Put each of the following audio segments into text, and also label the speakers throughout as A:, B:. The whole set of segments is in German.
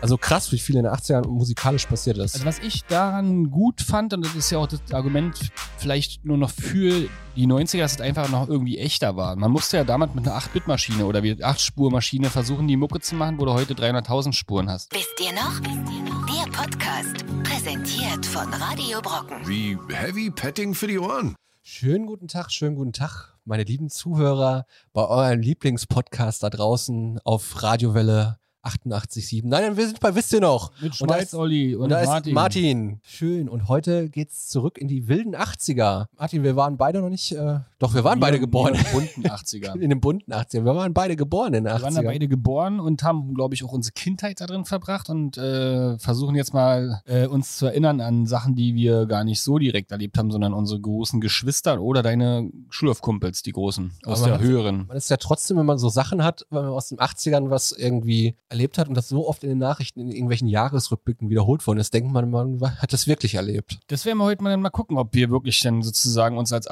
A: Also krass, wie viel in den 80ern musikalisch passiert ist.
B: Also was ich daran gut fand, und das ist ja auch das Argument vielleicht nur noch für die 90er, dass es einfach noch irgendwie echter war. Man musste ja damals mit einer 8-Bit-Maschine oder wie 8-Spur-Maschine versuchen, die Mucke zu machen, wo du heute 300.000 Spuren hast.
C: Wisst ihr noch? Der Podcast, präsentiert von Radio Brocken.
D: Wie Heavy Petting für die Ohren.
A: Schönen guten Tag, schönen guten Tag, meine lieben Zuhörer bei eurem Lieblingspodcast da draußen auf Radiowelle 88.7. Nein, nein, wir sind bei Wisst ihr noch?
B: Mit
A: Und da
B: Schmalz,
A: ist-
B: Olli und,
A: Und da
B: Martin.
A: ist Martin. Schön. Und heute geht's zurück in die wilden 80er. Martin, wir waren beide noch nicht, äh, doch, wir waren beide
B: Wir-
A: geboren.
B: wir bunten 80er.
A: In den bunten 80ern. Wir waren beide geboren in den
B: Wir waren da
A: 80ern.
B: beide geboren und haben, glaube ich, auch unsere Kindheit da drin verbracht und äh, versuchen jetzt mal äh, uns zu erinnern an Sachen, die wir gar nicht so direkt erlebt haben, sondern unsere großen Geschwister oder deine Schulaufkumpels, die großen, aus
A: Aber
B: der
A: hat-
B: höheren.
A: Man ist ja trotzdem, wenn man so Sachen hat, wenn man aus den 80ern was irgendwie erlebt hat und das so oft in den Nachrichten in irgendwelchen Jahresrückblicken wiederholt worden ist, denkt man, man hat das wirklich erlebt.
B: Das werden wir heute mal, mal gucken, ob wir wirklich dann sozusagen uns als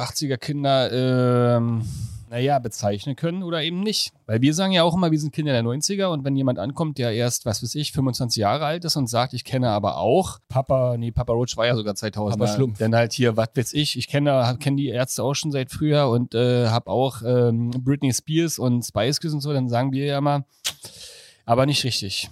B: 80er-Kinder, ähm, naja, bezeichnen können oder eben nicht. Weil wir sagen ja auch immer, wir sind Kinder der 90er und wenn jemand ankommt, der erst, was weiß ich, 25 Jahre alt ist und sagt, ich kenne aber auch Papa, nee, Papa Roach war ja sogar 2000.
A: Papa Schlumpf.
B: Dann halt hier, was weiß ich, ich kenne hab- kenne die Ärzte auch schon seit früher und äh, habe auch ähm, Britney Spears und Spice Girls und so, dann sagen wir ja mal, aber nicht richtig.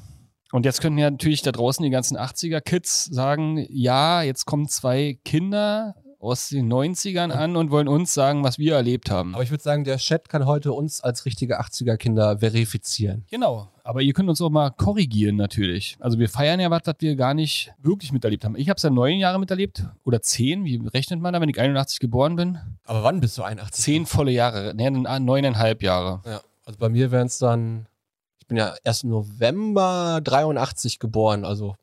B: Und jetzt könnten ja natürlich da draußen die ganzen 80er-Kids sagen, ja, jetzt kommen zwei Kinder aus den 90ern an und wollen uns sagen, was wir erlebt haben.
A: Aber ich würde sagen, der Chat kann heute uns als richtige 80er-Kinder verifizieren.
B: Genau, aber ihr könnt uns auch mal korrigieren natürlich. Also wir feiern ja was, was wir gar nicht wirklich miterlebt haben. Ich habe es ja neun Jahre miterlebt oder zehn, wie rechnet man da, wenn ich 81 geboren bin?
A: Aber wann bist du 81?
B: Zehn volle Jahre, ne, neuneinhalb Jahre.
A: Ja, also bei mir wären es dann, ich bin ja erst im November 83 geboren, also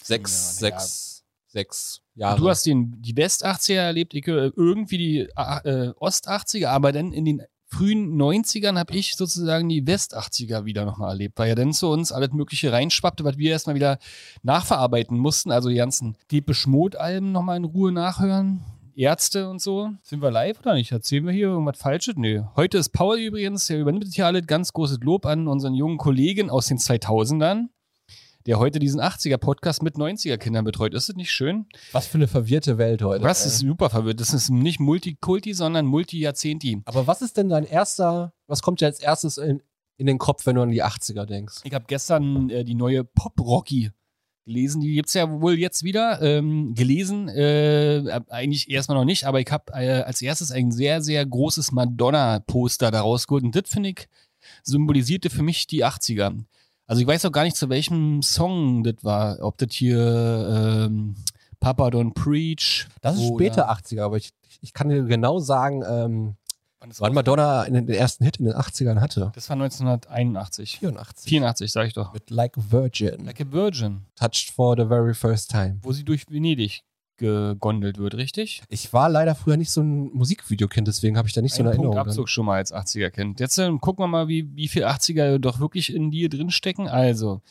A: sechs,
B: Zehn Jahre,
A: sechs, sechs
B: Und
A: Jahre.
B: Du hast den, die West-80er erlebt, ich, äh, irgendwie die äh, Ost-80er, aber dann in den frühen 90ern habe ich sozusagen die West-80er wieder nochmal erlebt, weil ja dann zu uns alles Mögliche reinschwappte, was wir erstmal wieder nachverarbeiten mussten. Also die ganzen Depeche-Mode-Alben nochmal in Ruhe nachhören. Ärzte und so. Sind wir live oder nicht? Erzählen wir hier irgendwas Falsches? Nö. Heute ist Paul übrigens, der übernimmt hier alle ganz großes Lob an unseren jungen Kollegen aus den 2000ern, der heute diesen 80er-Podcast mit 90er-Kindern betreut. Ist das nicht schön?
A: Was für eine verwirrte Welt heute.
B: Russ
A: ey.
B: ist super verwirrt. Das ist nicht Multikulti, sondern Multijahrzehnti.
A: Aber was ist denn dein erster, was kommt dir als erstes in, in den Kopf, wenn du an die 80er denkst?
B: Ich habe gestern äh, die neue Pop-Rocky gelesen. Die gibt's ja wohl jetzt wieder. Ähm, gelesen, äh, äh, eigentlich erstmal noch nicht, aber ich habe äh, als erstes ein sehr, sehr großes Madonna-Poster daraus geholt. Und das, finde ich, symbolisierte für mich die 80er. Also ich weiß auch gar nicht, zu welchem Song das war. Ob das hier ähm, Papa Don't Preach.
A: Das ist
B: oder-
A: später 80er, aber ich, ich- ich kann dir genau sagen, ähm,
B: Wann ist
A: wann
B: das?
A: Madonna in den, den ersten Hit in den 80ern hatte.
B: Das war 1981.
A: 84.
B: 84, sag ich doch.
A: Mit Like a Virgin.
B: Like a Virgin.
A: Touched for the very first time.
B: wo sie durch Venedig gegondelt wird, richtig?
A: Ich war leider früher nicht so ein Musikvideokind, deswegen habe ich da nicht so eine
B: Ein Punkt
A: Erinnerung. dran.
B: Abzug schon mal als 80er-Kind. Jetzt ähm, gucken wir mal, wie, wie viel 80er doch wirklich in dir drinstecken. Also,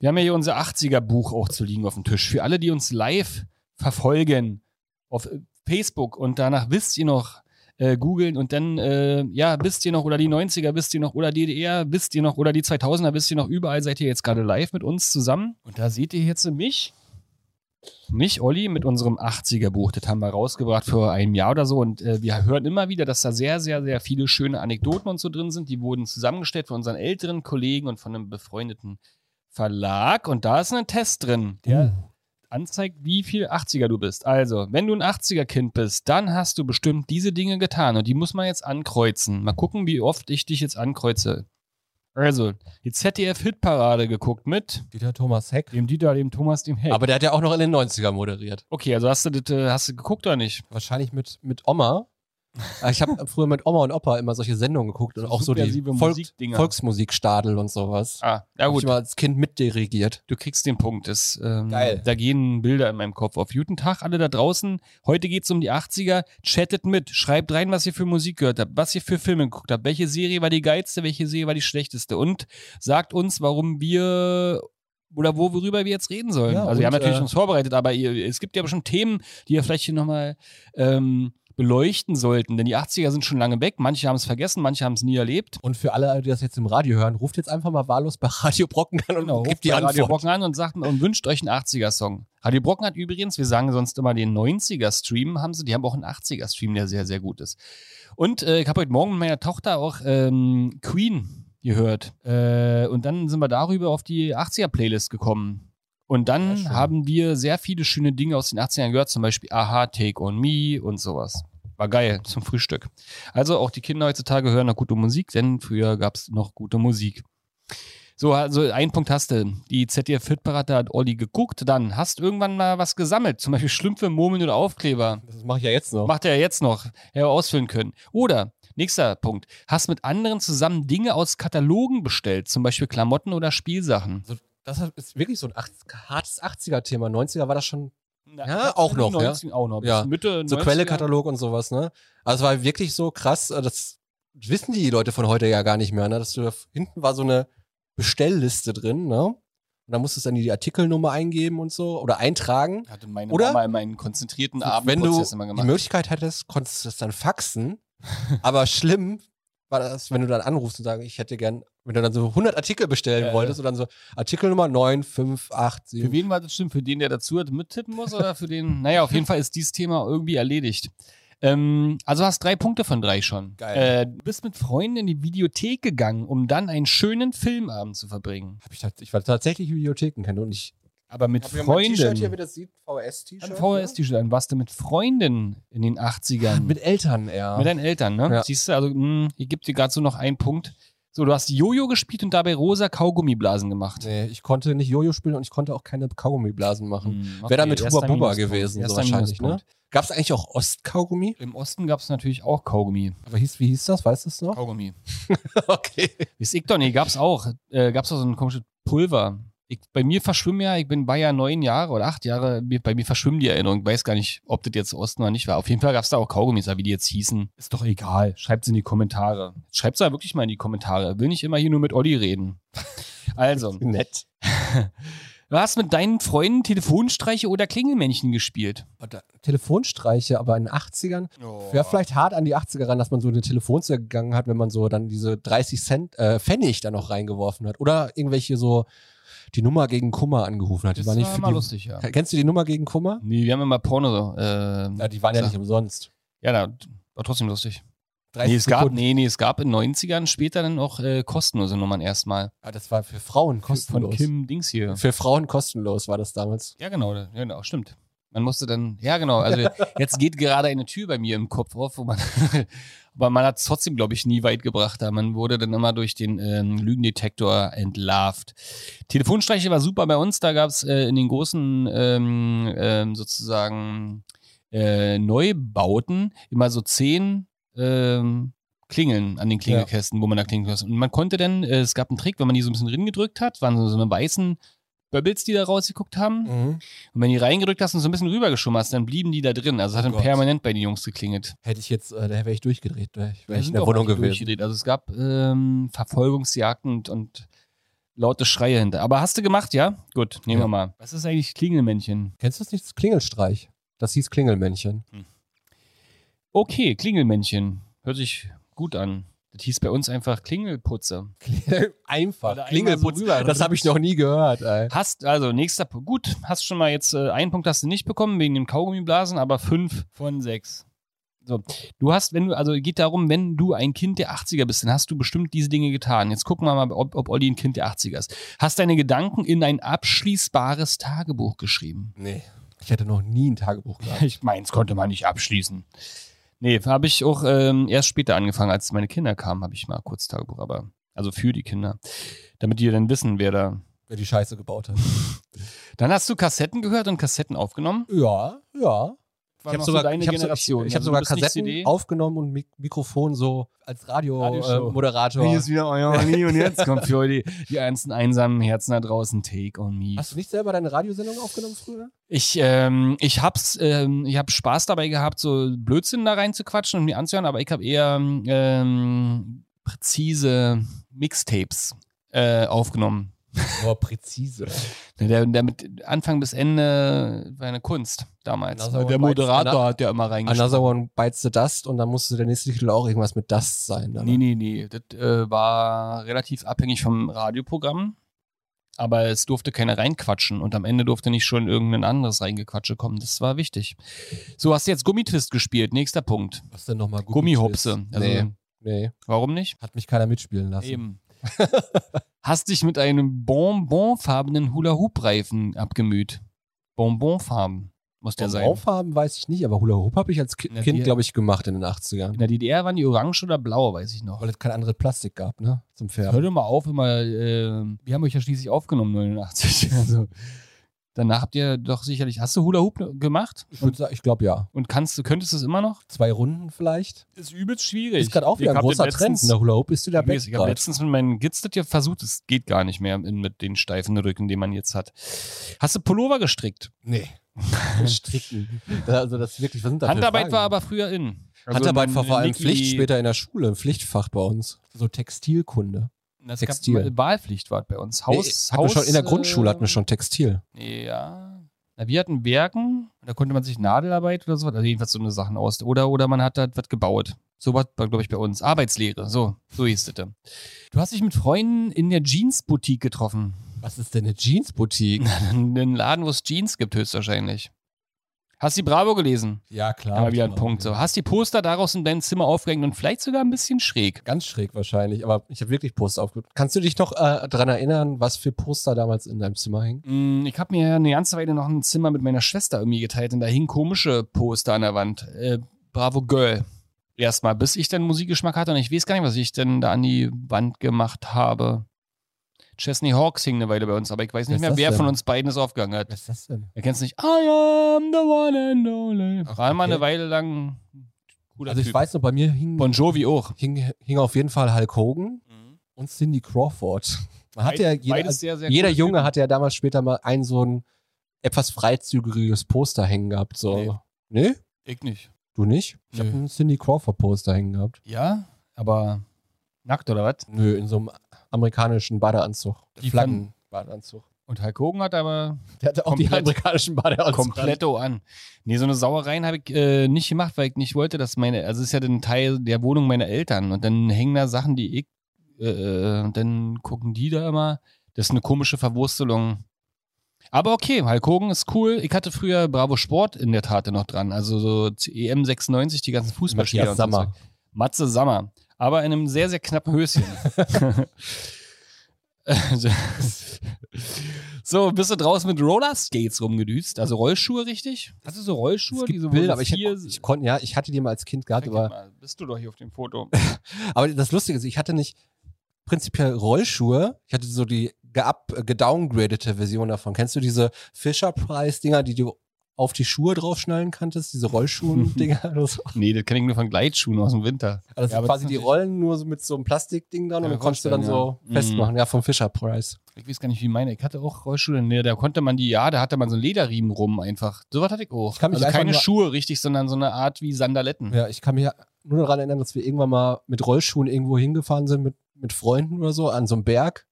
B: wir haben ja hier unser 80er-Buch auch zu liegen auf dem Tisch. Für alle, die uns live verfolgen auf äh, Facebook und danach wisst ihr noch, äh, googeln und dann, äh, ja, wisst ihr noch oder die 90er, wisst ihr noch oder DDR, wisst ihr noch oder die 2000er, wisst ihr noch, überall seid ihr jetzt gerade live mit uns zusammen. Und da seht ihr jetzt mich mich, Olli, mit unserem 80er-Buch. Das haben wir rausgebracht vor einem Jahr oder so. Und äh, wir hören immer wieder, dass da sehr, sehr, sehr viele schöne Anekdoten und so drin sind. Die wurden zusammengestellt von unseren älteren Kollegen und von einem befreundeten Verlag. Und da ist ein Test drin, Uh. der
A: Uh,
B: anzeigt, wie viel 80er du bist. Also, wenn du ein 80er-Kind bist, dann hast du bestimmt diese Dinge getan. Und die muss man jetzt ankreuzen. Mal gucken, wie oft ich dich jetzt ankreuze. Also, die ZDF-Hitparade geguckt mit
A: Dieter Thomas Heck.
B: dem Dieter, dem Thomas, dem Heck.
A: Aber der hat ja auch noch in den 90ern moderiert.
B: Okay, also hast du das, äh, hast du geguckt oder nicht?
A: Wahrscheinlich mit, mit Oma. Äh, Ich habe früher mit Oma und Opa immer solche Sendungen geguckt und
B: So
A: auch so die
B: subversive
A: Volk,
B: Musikdinger.
A: Volksmusikstadel und sowas.
B: Ah, ja
A: Hab
B: gut.
A: Ich mal als Kind mitdirigiert.
B: Du kriegst den Punkt. Das, ähm,
A: Geil.
B: Da gehen Bilder in meinem Kopf auf. Guten Tag, alle da draußen. Heute geht's um die 80er. Chattet mit. Schreibt rein, was ihr für Musik gehört habt, was ihr für Filme geguckt habt. Welche Serie war die geilste, welche Serie war die schlechteste? Und sagt uns, warum wir oder wo, worüber wir jetzt reden sollen.
A: Ja,
B: also wir haben
A: und,
B: natürlich
A: äh,
B: uns vorbereitet, aber ihr, es gibt ja bestimmt Themen, die ihr vielleicht hier nochmal ähm, beleuchten sollten. Denn die 80er sind schon lange weg. Manche haben es vergessen, manche haben es nie erlebt.
A: Und für alle, die das jetzt im Radio hören, ruft jetzt einfach mal wahllos bei Radio Brocken an und gibt
B: Genau, ruft
A: die
B: bei
A: Antwort.
B: Radio Brocken an und sagt und wünscht euch einen 80er-Song. Radio Brocken hat übrigens, wir sagen sonst immer den 90er-Stream, haben sie, die haben auch einen 80er-Stream, der sehr, sehr gut ist. Und äh, ich habe heute Morgen mit meiner Tochter auch ähm, Queen gehört. Äh, und dann sind wir darüber auf die 80er-Playlist gekommen. Und
A: Sehr
B: dann
A: schön.
B: haben wir sehr viele schöne Dinge aus den 80ern gehört, zum Beispiel Aha, Take on Me und sowas. War geil zum Frühstück. Also auch die Kinder heutzutage hören noch gute Musik, denn früher gab es noch gute Musik. So, also einen Punkt hast du. Die ZDF Hitparade hat Olli geguckt, dann hast irgendwann mal was gesammelt, zum Beispiel Schlümpfe, Murmeln oder Aufkleber.
A: Das mache ich ja jetzt noch.
B: Macht er jetzt noch, hätte er ausfüllen können. Oder, nächster Punkt, hast mit anderen zusammen Dinge aus Katalogen bestellt, zum Beispiel Klamotten oder Spielsachen.
A: Also, das ist wirklich so ein 80, hartes 80er-Thema. 90er war das schon
B: Na,
A: Ja,
B: das
A: auch
B: sind
A: noch,
B: die
A: ja.
B: 90er auch noch. Bis
A: Ja.
B: Mitte
A: so
B: 90er.
A: Quelle-Katalog und sowas, ne? Also es war wirklich so krass, äh, das wissen die Leute von heute ja gar nicht mehr, ne? Dass du, da- hinten war so eine Bestellliste drin, ne? Und da musstest du dann die Artikelnummer eingeben und so oder eintragen.
B: Hatte meine
A: Oder?
B: Mama in meinen konzentrierten
A: wenn du
B: Abendprozess immer
A: die
B: gemacht.
A: Möglichkeit hättest, konntest du das dann faxen. aber schlimm war das, wenn du dann anrufst und sagst, ich hätte gern, wenn du dann so 100 Artikel bestellen
B: Ja, ja.
A: wolltest und dann so Artikelnummer 9, 5, 8,
B: Für
A: 7.
B: wen war das schlimm? Für den, der dazu hat, mittippen muss oder für den? Naja, auf jeden Fall ist dieses Thema irgendwie erledigt. Ähm, also hast drei Punkte von drei schon.
A: Geil.
B: Äh, du bist mit Freunden in die Videothek gegangen, um dann einen schönen Filmabend zu verbringen.
A: Hab ich, tats- ich war tatsächlich Bibliotheken kennen und ich
B: Aber mit
A: hab mir mein T-Shirt hier,
B: Freunden.
A: wie das sieht, VS-T-Shirt.
B: Ein
A: ne?
B: VHS-T-Shirt an. Warst du mit Freunden in den 80ern?
A: Mit Eltern eher.
B: Mit deinen Eltern, ne?
A: Ja.
B: Siehst du, also, mh, ich gebe dir gerade so noch einen Punkt. So, du hast Jojo gespielt und dabei rosa Kaugummiblasen gemacht.
A: nee, ich konnte nicht Jojo spielen und ich konnte auch keine Kaugummiblasen machen.
B: Hm,
A: Wäre dann mit
B: erster
A: Huba Buba
B: Minuspunkt.
A: gewesen, so
B: Erster
A: wahrscheinlich, ne?
B: Minuspunkt.
A: Gab es eigentlich auch Ostkaugummi?
B: Im Osten gab es natürlich auch Kaugummi.
A: Aber hieß, wie hieß das? Weißt du es noch?
B: Kaugummi.
A: okay.
B: Weiß ich doch nicht, gab's auch. Äh, gab's auch so ein komisches Pulver. Ich, bei mir verschwimmen ja, ich bin Bayer neun Jahre oder acht Jahre, mir, bei mir verschwimmen die Erinnerungen. Ich weiß gar nicht, ob das jetzt Osten oder nicht war. Auf jeden Fall gab's da auch Kaugummis, aber wie die jetzt hießen. Ist doch egal. Schreibt's in die Kommentare. Schreibt's da wirklich mal in die Kommentare. Will nicht immer hier nur mit Olli reden. Also,
A: Nett.
B: du hast mit deinen Freunden Telefonstreiche oder Klingelmännchen gespielt.
A: Oder Telefonstreiche, aber in den 80ern. Wäre vielleicht hart an die 80er ran, dass man so eine Telefonzelle gegangen hat, wenn man so dann diese 30 Cent äh, Pfennig da noch reingeworfen hat. Oder irgendwelche so die Nummer gegen Kummer angerufen hat. Die
B: das
A: war
B: war
A: nicht für
B: immer
A: die,
B: lustig, ja.
A: Kennst du die Nummer gegen Kummer?
B: Nee, wir haben immer Porno. Äh,
A: Ja, die waren ja
B: So.
A: nicht umsonst.
B: ja, na, war trotzdem lustig.
A: 30
B: Nee es, gab,
A: Sekunden.
B: nee, nee, es gab in den 90ern später dann auch äh, kostenlose Nummern erstmal.
A: Ah, das war für Frauen
B: Von
A: kostenlos.
B: Kim Dings hier.
A: Für Frauen kostenlos war das damals.
B: Ja, genau, da- ja, genau, stimmt. Man musste dann, ja, genau, also jetzt geht gerade eine Tür bei mir im Kopf auf, wo man, aber man hat es trotzdem, glaube ich, nie weit gebracht. Da Man wurde dann immer durch den ähm, Lügendetektor entlarvt. Telefonstreiche war super bei uns, da gab es äh, in den großen ähm, ähm, sozusagen äh, Neubauten immer so zehn ähm, Klingeln an den Klingelkästen, wo man da klingeln konnte. Und man konnte dann, äh, es gab einen Trick, wenn man die so ein bisschen reingedrückt hat, waren so, so eine weißen Bubbles, die da rausgeguckt haben. Und wenn die reingedrückt hast und so ein bisschen rübergeschoben hast, dann blieben die da drin. Also es hat
A: Oh
B: dann
A: Gott.
B: permanent bei den Jungs geklingelt.
A: Hätte ich jetzt, äh, da wäre ich durchgedreht. Wäre ich, wär ich
B: Da
A: in
B: sind
A: der
B: auch
A: Wohnung
B: welche
A: gewesen.
B: durchgedreht. Also es gab ähm, Verfolgungsjagden und, und laute Schreie hinter. Aber hast du gemacht, ja? Gut, nehmen
A: Ja.
B: wir mal. Was ist eigentlich Klingelmännchen?
A: Kennst du das nicht? Das Klingelstreich. Das hieß Klingelmännchen.
B: Okay, Klingelmännchen. Hört sich gut an. Das hieß bei uns einfach Klingelputze. Oder
A: Einfach.
B: einmal
A: Klingelputz.
B: so rüber.
A: das habe ich noch nie gehört. Ey.
B: Hast, also nächster Punkt. Gut, hast schon mal jetzt äh, einen Punkt hast du nicht bekommen wegen dem Kaugummiblasen, aber fünf von sechs. So, du hast, wenn du, also geht darum, wenn du ein Kind der 80er bist, dann hast du bestimmt diese Dinge getan. Jetzt gucken wir mal, ob, ob Olli ein Kind der 80er ist. Hast deine Gedanken in ein abschließbares Tagebuch geschrieben?
A: Nee. Ich hätte noch nie ein Tagebuch gehabt.
B: Ich meins konnte man nicht abschließen. Nee, habe ich auch ähm, erst später angefangen, als meine Kinder kamen, habe ich mal kurz Tagebuch, aber also für die Kinder, damit die dann wissen, wer da.
A: Wer die Scheiße gebaut hat.
B: Dann hast du Kassetten gehört und Kassetten aufgenommen?
A: Ja, ja.
B: war
A: ich habe
B: noch
A: sogar,
B: so deine
A: ich hab sogar, ich,
B: Generation.
A: hab
B: Also,
A: sogar
B: du bist nicht
A: Kassetten
B: CD.
A: aufgenommen und Mik Mikrofon so als äh,
B: Radioshow.
A: Radio-Moderator.
B: Hier ist wieder euer Olli und jetzt kommt für die, die ganzen einsamen Herzen da draußen. Take on me.
A: Hast du nicht selber deine Radiosendung aufgenommen früher?
B: Ich, ähm, ich hab's, ähm, ich hab Spaß dabei gehabt, so Blödsinn da reinzuquatschen und mir anzuhören, aber ich habe eher ähm, präzise Mixtapes äh, aufgenommen.
A: Boah, präzise.
B: Ne, Der, der mit Anfang bis Ende war eine Kunst damals.
A: Another
B: Weil der
A: one bites
B: Moderator
A: another-
B: hat ja immer reingeschrieben.
A: Another One Bites the Dust und dann musste der nächste Titel auch irgendwas mit Dust sein. dann.
B: Nee, nee, nee. Das äh, war relativ abhängig vom Radioprogramm. Aber es durfte keiner reinquatschen und am Ende durfte nicht schon irgendein anderes Reingequatsche kommen. Das war wichtig. So, hast du jetzt Gummitwist gespielt? Nächster Punkt.
A: Was denn nochmal?
B: Gummihopse. Also,
A: Nee, nee,
B: Warum nicht?
A: hat mich keiner mitspielen lassen.
B: Eben. hast dich mit einem bonbonfarbenen Hula-Hoop-Reifen abgemüht. Bonbonfarben muss der sein.
A: Aufhaben weiß ich nicht, aber Hula Hoop habe ich als Ki
B: Na, die-
A: Kind, glaube ich, gemacht in den 80ern.
B: In der DDR waren die orange oder blau, weiß ich noch.
A: Weil es kein anderes Plastik gab, ne? Zum
B: Ja.
A: Färben.
B: Hört doch mal auf, immer, äh, wir haben euch ja schließlich aufgenommen, 89. Also, danach habt ihr doch sicherlich, hast du Hula Hoop ne, gemacht?
A: Ich würde sagen, ich glaube ja.
B: Und kannst du, könntest du es immer noch?
A: Zwei Runden vielleicht.
B: Ist übelst schwierig.
A: Ist gerade auch wieder ein großer Trend. Ne? Hula Hoop ist wieder weg.
B: Ich habe
A: grad.
B: letztens mit meinen Kids das ja versucht, es geht gar nicht mehr in, mit den steifen Rücken, den man jetzt hat. Hast du Pullover gestrickt?
A: Nee. Stricken. Also das ist wirklich, was sind da für
B: Handarbeit
A: Fragen?
B: war aber früher in. Also
A: Handarbeit war vor allem
B: Niki-
A: Pflicht später in der Schule, ein Pflichtfach bei uns. So Textilkunde.
B: Na, Es gab
A: Textil.
B: Wahlpflicht war bei uns. Haus,
A: hatten wir
B: Haus
A: schon, in der Grundschule
B: äh,
A: hatten wir schon Textil.
B: Ja. Na, wir hatten Bergen, da konnte man sich Nadelarbeit oder sowas, also jedenfalls so eine Sachen aus. Oder, oder man hat da was gebaut. So was war, glaube ich, bei uns. Arbeitslehre, so, so hieß das dann. Du hast dich mit Freunden in der Jeans-Boutique getroffen.
A: Was ist denn eine Jeansboutique?
B: Einen Laden, wo es Jeans gibt, höchstwahrscheinlich. Hast die Bravo gelesen?
A: ja, klar.
B: Mal wieder ein Punkt. So. Hast die Poster daraus in deinem Zimmer aufgehängt und vielleicht sogar ein bisschen schräg.
A: Ganz schräg wahrscheinlich, aber ich habe wirklich Poster aufgedruckt. Kannst du dich noch äh, daran erinnern, was für Poster damals in deinem Zimmer hingen?
B: Mm, Ich habe mir eine ganze Weile noch ein Zimmer mit meiner Schwester irgendwie geteilt und da hingen komische Poster an der Wand. Äh, Bravo Girl. Erstmal, bis ich dann Musikgeschmack hatte und ich weiß gar nicht, was ich denn da an die Wand gemacht habe. Chesney Hawks hing eine Weile bei uns, aber ich weiß
A: Wer
B: nicht
A: ist
B: mehr,
A: das
B: wer
A: denn?
B: von uns beiden es aufgehangen hat.
A: ist das denn?
B: Er kennt nicht. I am the one and only.
A: Ach,
B: War mal
A: okay.
B: eine Weile lang ein cooler
A: Also ich
B: Typ.
A: weiß noch, bei mir hing,
B: Bon Jovi auch.
A: hing, hing auf jeden Fall Hulk Hogan und Cindy Crawford. Man Mhm. hat
B: Beid-
A: ja jeder, also
B: beides sehr, sehr
A: jeder
B: coole
A: Junge
B: Typen.
A: hatte ja damals später mal ein so ein etwas freizügiges Poster hängen gehabt. So. Nee.
B: Ich nicht.
A: Du nicht? Ich habe
B: Nö.
A: einen Cindy Crawford Poster hängen gehabt.
B: Ja, aber nackt oder was?
A: Nö, in so einem amerikanischen Badeanzug.
B: Die
A: Flaggen-Badeanzug.
B: Und Hulk Hogan hat aber
A: Der hatte auch die
B: Komplett.
A: amerikanischen Badeanzug.
B: Kompletto an. Nee, so eine Sauereien habe ich äh, nicht gemacht, weil ich nicht wollte, dass meine, also es ist ja ein Teil der Wohnung meiner Eltern und dann hängen da Sachen, die ich, äh, äh, und dann gucken die da immer. Das ist eine komische Verwurstelung. Aber okay, Hulk Hogan ist cool. Ich hatte früher Bravo Sport in der Tat noch dran. Also so EM 96, die ganzen Fußballspieler.
A: Matthias
B: und so Zeug.
A: Sammer.
B: Matze Sammer. Aber in einem sehr, sehr knappen Höschen. Also, so, bist du draußen mit Rollerskates rumgedüst? Also Rollschuhe, richtig? Hast du so Rollschuhe?
A: Es gibt
B: diese, wo
A: Bilder,
B: so
A: aber ich,
B: vier-
A: ich konnte, ja, ich hatte die mal als Kind gehabt,
B: Zeig
A: aber,
B: mal, Bist du doch hier auf dem Foto.
A: aber das Lustige ist, ich hatte nicht prinzipiell Rollschuhe, ich hatte so die geup- äh, gedowngradete Version davon. Kennst du diese Fisher-Price-Dinger, die du auf die Schuhe draufschnallen kanntest, diese Rollschuhen-Dinger? oder so?
B: nee, das kenne ich nur von Gleitschuhen aus dem Winter.
A: Also das
B: Ja,
A: sind
B: aber
A: quasi
B: das
A: die
B: ist natürlich-
A: Rollen nur so mit so einem Plastikding dran
B: Ja,
A: und dann konntest du dann
B: vorstellen,
A: so
B: ja.
A: festmachen. Ja, Mhm. vom Fisher-Price.
B: Ich weiß gar nicht, wie meine. Ich hatte auch Rollschuhe. Nee, da konnte man die, ja, da hatte man so einen Lederriemen rum einfach. So was hatte ich auch.
A: Ich kann mich
B: also
A: einfach
B: keine
A: nur-
B: Schuhe, richtig, sondern so eine Art wie Sandaletten.
A: Ja, ich kann mich ja nur daran erinnern, dass wir irgendwann mal mit Rollschuhen irgendwo hingefahren sind, mit, mit Freunden oder so, an so einem Berg.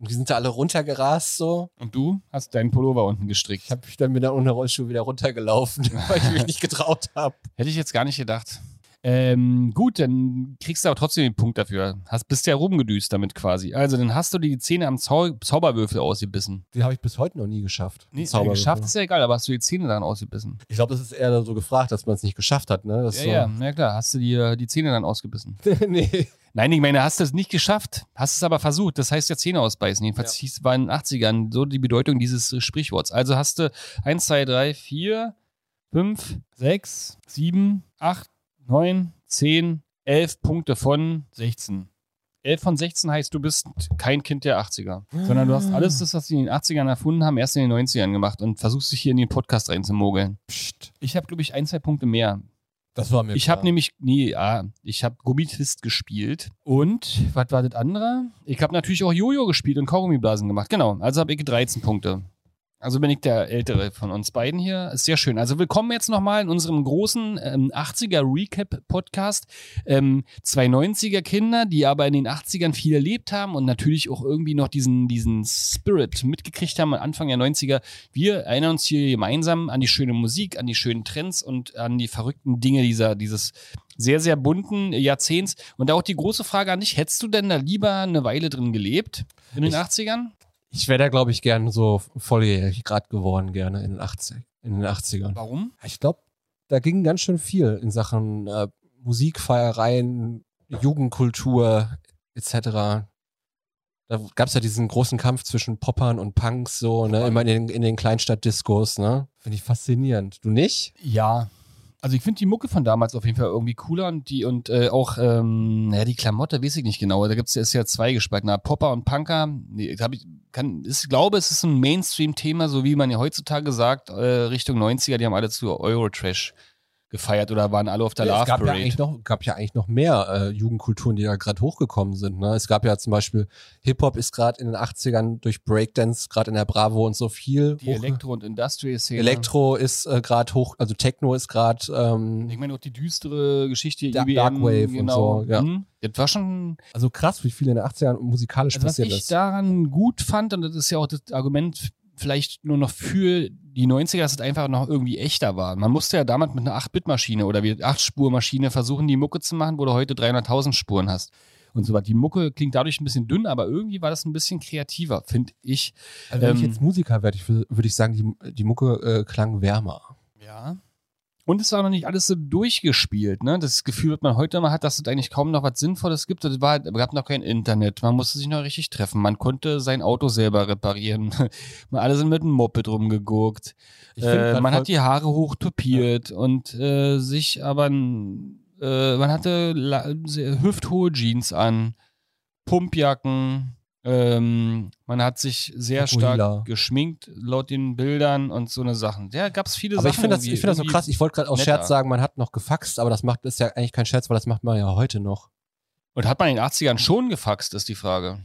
A: Und die sind da alle runtergerast so.
B: Und du hast deinen Pullover unten gestrickt.
A: Ich habe mich dann mit einer ohne Rollschuhe wieder runtergelaufen, weil ich mich nicht getraut habe.
B: Hätte ich jetzt gar nicht gedacht. Ähm, gut, dann kriegst du aber trotzdem den Punkt dafür. Hast, bist ja rumgedüst damit quasi. Also, dann hast du die Zähne am Zau Zauberwürfel ausgebissen.
A: Die habe ich bis heute noch nie geschafft.
B: Nee,
A: Zauberwürfel.
B: geschafft ist ja egal, aber hast du die Zähne dann ausgebissen?
A: Ich glaube, das ist eher so gefragt, dass man es nicht geschafft hat, ne? Das
B: Ja,
A: ist so,
B: ja, na klar, hast du dir die Zähne dann ausgebissen.
A: nee.
B: Nein, ich meine, hast du es nicht geschafft, hast es aber versucht. Das heißt ja Zähne ausbeißen. Jedenfalls hieß, war in den 80ern so die Bedeutung dieses Sprichworts. Also hast du 1, 2, 3, 4, 5, 6, 7, 8, 9, 10, 11 Punkte von 16. 11 von 16 heißt, du bist kein Kind der 80er, sondern du hast alles das, was sie in den 80ern erfunden haben, erst in den 90ern gemacht und versuchst dich hier in den Podcast reinzumogeln.
A: Psst,
B: Ich habe, glaube ich, ein, zwei Punkte mehr.
A: das war mir
B: Ich habe
A: klar.
B: nämlich, nee, ja, ich habe Gummitwist gespielt. Und, was war das andere? Ich habe natürlich auch Jojo gespielt und Kaugummiblasen gemacht. Genau, also habe ich 13 Punkte. Also bin ich der Ältere von uns beiden hier. Ist sehr schön. Also willkommen jetzt nochmal in unserem großen ähm, 80er Recap-Podcast. Ähm, zwei 90er Kinder, die aber in den 80ern viel erlebt haben und natürlich auch irgendwie noch diesen, diesen Spirit mitgekriegt haben am Anfang der 90er. Wir erinnern uns hier gemeinsam an die schöne Musik, an die schönen Trends und an die verrückten Dinge dieser, dieses sehr, sehr bunten Jahrzehnts. Und da auch die große Frage an dich, hättest du denn da lieber eine Weile drin gelebt in den
A: Ich-
B: 80ern?
A: Ich wäre da, glaube ich, gern so volljährig gerade geworden, gerne in den, 80, in den 80ern.
B: Warum?
A: Ich glaube, da ging ganz schön viel in Sachen äh, Musikfeiereien, Jugendkultur etc. Da gab es ja diesen großen Kampf zwischen Poppern und Punks, so, ne, immer in den, in den Kleinstadtdiskos, ne? Finde ich faszinierend. Du nicht?
B: Ja. Also ich finde die Mucke von damals auf jeden Fall irgendwie cooler und die und äh, auch ähm, ja, die Klamotte weiß ich nicht genau. Da gibt's ist ja zweigespalten. Na, Popper und Punker, nee, hab ich kann ich glaube, es ist ein Mainstream Thema, so wie man ja heutzutage sagt, äh, Richtung 90er, die haben alle zu Eurotrash gefeiert oder waren alle auf der Love
A: es gab ja,
B: Parade.
A: eigentlich noch, gab ja eigentlich noch mehr äh, Jugendkulturen, die da gerade hochgekommen sind. Ne? Es gab ja zum Beispiel, Hip-Hop ist gerade in den 80ern durch Breakdance, gerade in der Bravo und so viel.
B: die
A: hoch-
B: Elektro und Industrial Szene.
A: ne? Elektro ist äh, gerade hoch, also Techno ist gerade ähm,
B: Ich meine auch die düstere Geschichte
A: Da-
B: IBM,
A: Darkwave und
B: genau.
A: so, ja.
B: Hm? Das war schon
A: Also krass, wie viel in den 80ern musikalisch
B: Also was
A: passiert
B: ich
A: ist.
B: daran gut fand, und das ist ja auch das Argument vielleicht nur noch für die 90er, dass es einfach noch irgendwie echter war. Man musste ja damals mit einer 8-Bit-Maschine oder wie 8-Spur-Maschine versuchen, die Mucke zu machen, wo du heute 300.000 Spuren hast. Und so was. Die Mucke klingt dadurch ein bisschen dünn, aber irgendwie war das ein bisschen kreativer, finde ich.
A: also wenn ich
B: ähm,
A: jetzt Musiker werde, ich wür- würde ich sagen, die, die Mucke äh, klang wärmer.
B: Ja. Und es war noch nicht alles so durchgespielt, ne? Das Gefühl, was man heute immer hat, dass es eigentlich kaum noch was Sinnvolles gibt. Es war, halt, es gab noch kein Internet. Man musste sich noch richtig treffen. Man konnte sein Auto selber reparieren. Man alle sind mit einem Moped rumgeguckt.
A: Ich find
B: äh,
A: grad
B: man
A: voll-
B: hat die Haare hochtopiert und äh, sich aber n- äh, man hatte la- sehr hüfthohe Jeans an, Pumpjacken. Ähm, man hat sich sehr
A: Fukuhila.
B: stark geschminkt laut den Bildern und so eine Sachen. Ja, gab es viele
A: Aber ich
B: Sachen
A: finde das,
B: irgendwie-
A: ich find das so
B: irgendwie-
A: krass. Ich wollte gerade aus
B: netter.
A: Scherz sagen, man hat noch gefaxt, aber das macht ist ja eigentlich kein Scherz, weil das macht man ja heute noch.
B: Und hat man in den 80ern schon gefaxt, ist die Frage.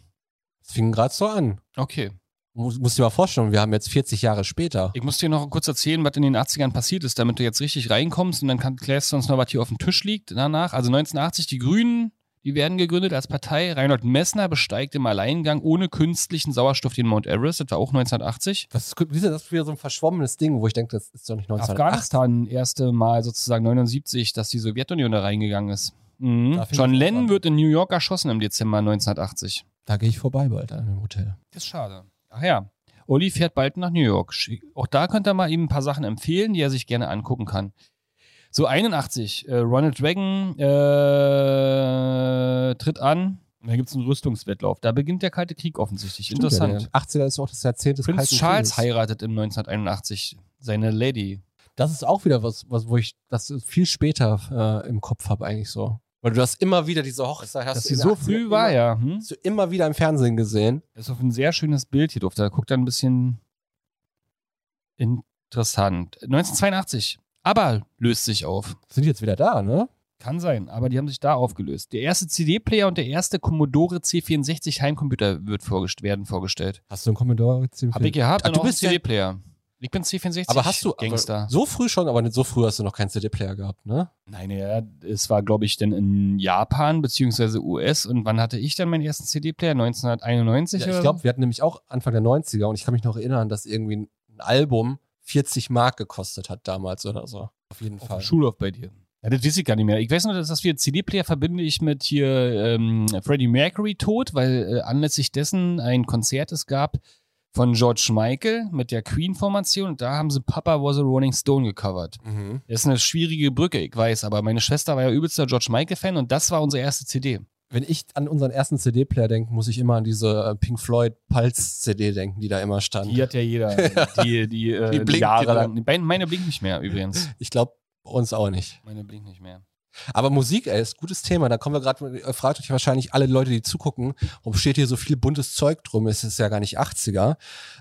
A: Es fing gerade so an.
B: Okay.
A: Muss, musst dir mal vorstellen, wir haben jetzt 40 Jahre später.
B: Ich muss dir noch kurz erzählen, was in den 80ern passiert ist, damit du jetzt richtig reinkommst und dann kann, klärst du uns noch, was hier auf dem Tisch liegt danach. Also 1980, die Grünen, die werden gegründet als Partei. Reinhold Messner besteigt im Alleingang ohne künstlichen Sauerstoff den Mount Everest, das war auch 1980.
A: Das ist, siehst du, das ist wieder so ein verschwommenes Ding, wo ich denke, das ist doch nicht 1980.
B: Afghanistan erste Mal sozusagen 79, dass die Sowjetunion da reingegangen ist. Mhm.
A: Da fing
B: John
A: das
B: Lennon
A: an.
B: wird in New York erschossen im Dezember 1980.
A: Da gehe ich vorbei bald an dem Hotel.
B: Ist schade. Ach ja. Olli fährt bald nach New York. Schi- Auch da könnt ihr mal ihm ein paar Sachen empfehlen, die er sich gerne angucken kann. So 81, äh, Ronald Reagan äh, tritt an. Da gibt es einen Rüstungswettlauf. Da beginnt der Kalte Krieg offensichtlich. Interessant.
A: Ja, 80er ist auch das Jahrzehnt des
B: Prinz
A: Kalten
B: Charles
A: Krieges.
B: heiratet im 1981 seine Lady.
A: das ist auch wieder was, was wo ich das viel später äh, im Kopf habe eigentlich so. Weil du hast immer wieder diese Hochzeit hast.
B: Dass
A: du
B: sie
A: in
B: so
A: den 80ern
B: früh war,
A: immer,
B: ja. Hm?
A: Hast du immer wieder im Fernsehen gesehen.
B: Ist auf ein sehr schönes Bild hier drauf. Da guckt er ein bisschen interessant. 1982. Aber löst sich auf.
A: Sind jetzt wieder da, ne?
B: Kann sein, aber die haben sich da aufgelöst. Der erste CD-Player und der erste Commodore C64 Heimcomputer wird vorgest werden vorgestellt.
A: Hast du einen Commodore
B: Hab ich gehabt,
A: Ah,
B: und
A: du
B: auch einen
A: bist ja-
B: CD-Player. Ich bin C64
A: Aber hast du
B: Gangster.
A: Aber so früh schon, aber nicht so früh hast du noch keinen CD-Player gehabt, ne?
B: Nein, ja, es war glaube ich dann in Japan beziehungsweise US und wann hatte ich dann meinen ersten CD-Player? 1991
A: Ja,
B: oder
A: ich
B: so?
A: glaube, wir hatten nämlich auch Anfang der 90er und ich kann mich noch erinnern, dass irgendwie ein Album 40 Mark gekostet hat damals oder so. Auf jeden
B: Auf dem Schulhof bei dir. Ja, das weiß ich gar nicht mehr. Ich weiß nur, dass das wir CD-Player verbinde ich mit hier ähm, Freddie Mercury tot, weil äh, anlässlich dessen ein Konzert es gab von George Michael mit der Queen-Formation und da haben sie Papa was a Rolling Stone gecovert.
A: Mhm.
B: Das ist eine schwierige Brücke, ich weiß, aber meine Schwester war ja übelster George Michael-Fan und das war unsere erste CD.
A: Wenn ich an unseren ersten CD-Player denke, muss ich immer an diese äh, Pink Floyd Pulse-CD denken, die da immer stand.
B: Die hat ja jeder. Die, die, äh,
A: Die blinkt
B: jahrelang. Meine- Meine blinkt nicht mehr übrigens.
A: Ich glaube, uns auch nicht.
B: Meine blinkt nicht mehr.
A: Aber Musik, ey, ist ein gutes Thema. Da kommen wir gerade, äh, fragt euch wahrscheinlich alle Leute, die zugucken, warum steht hier so viel buntes Zeug drum? Es ist ja gar nicht 80er.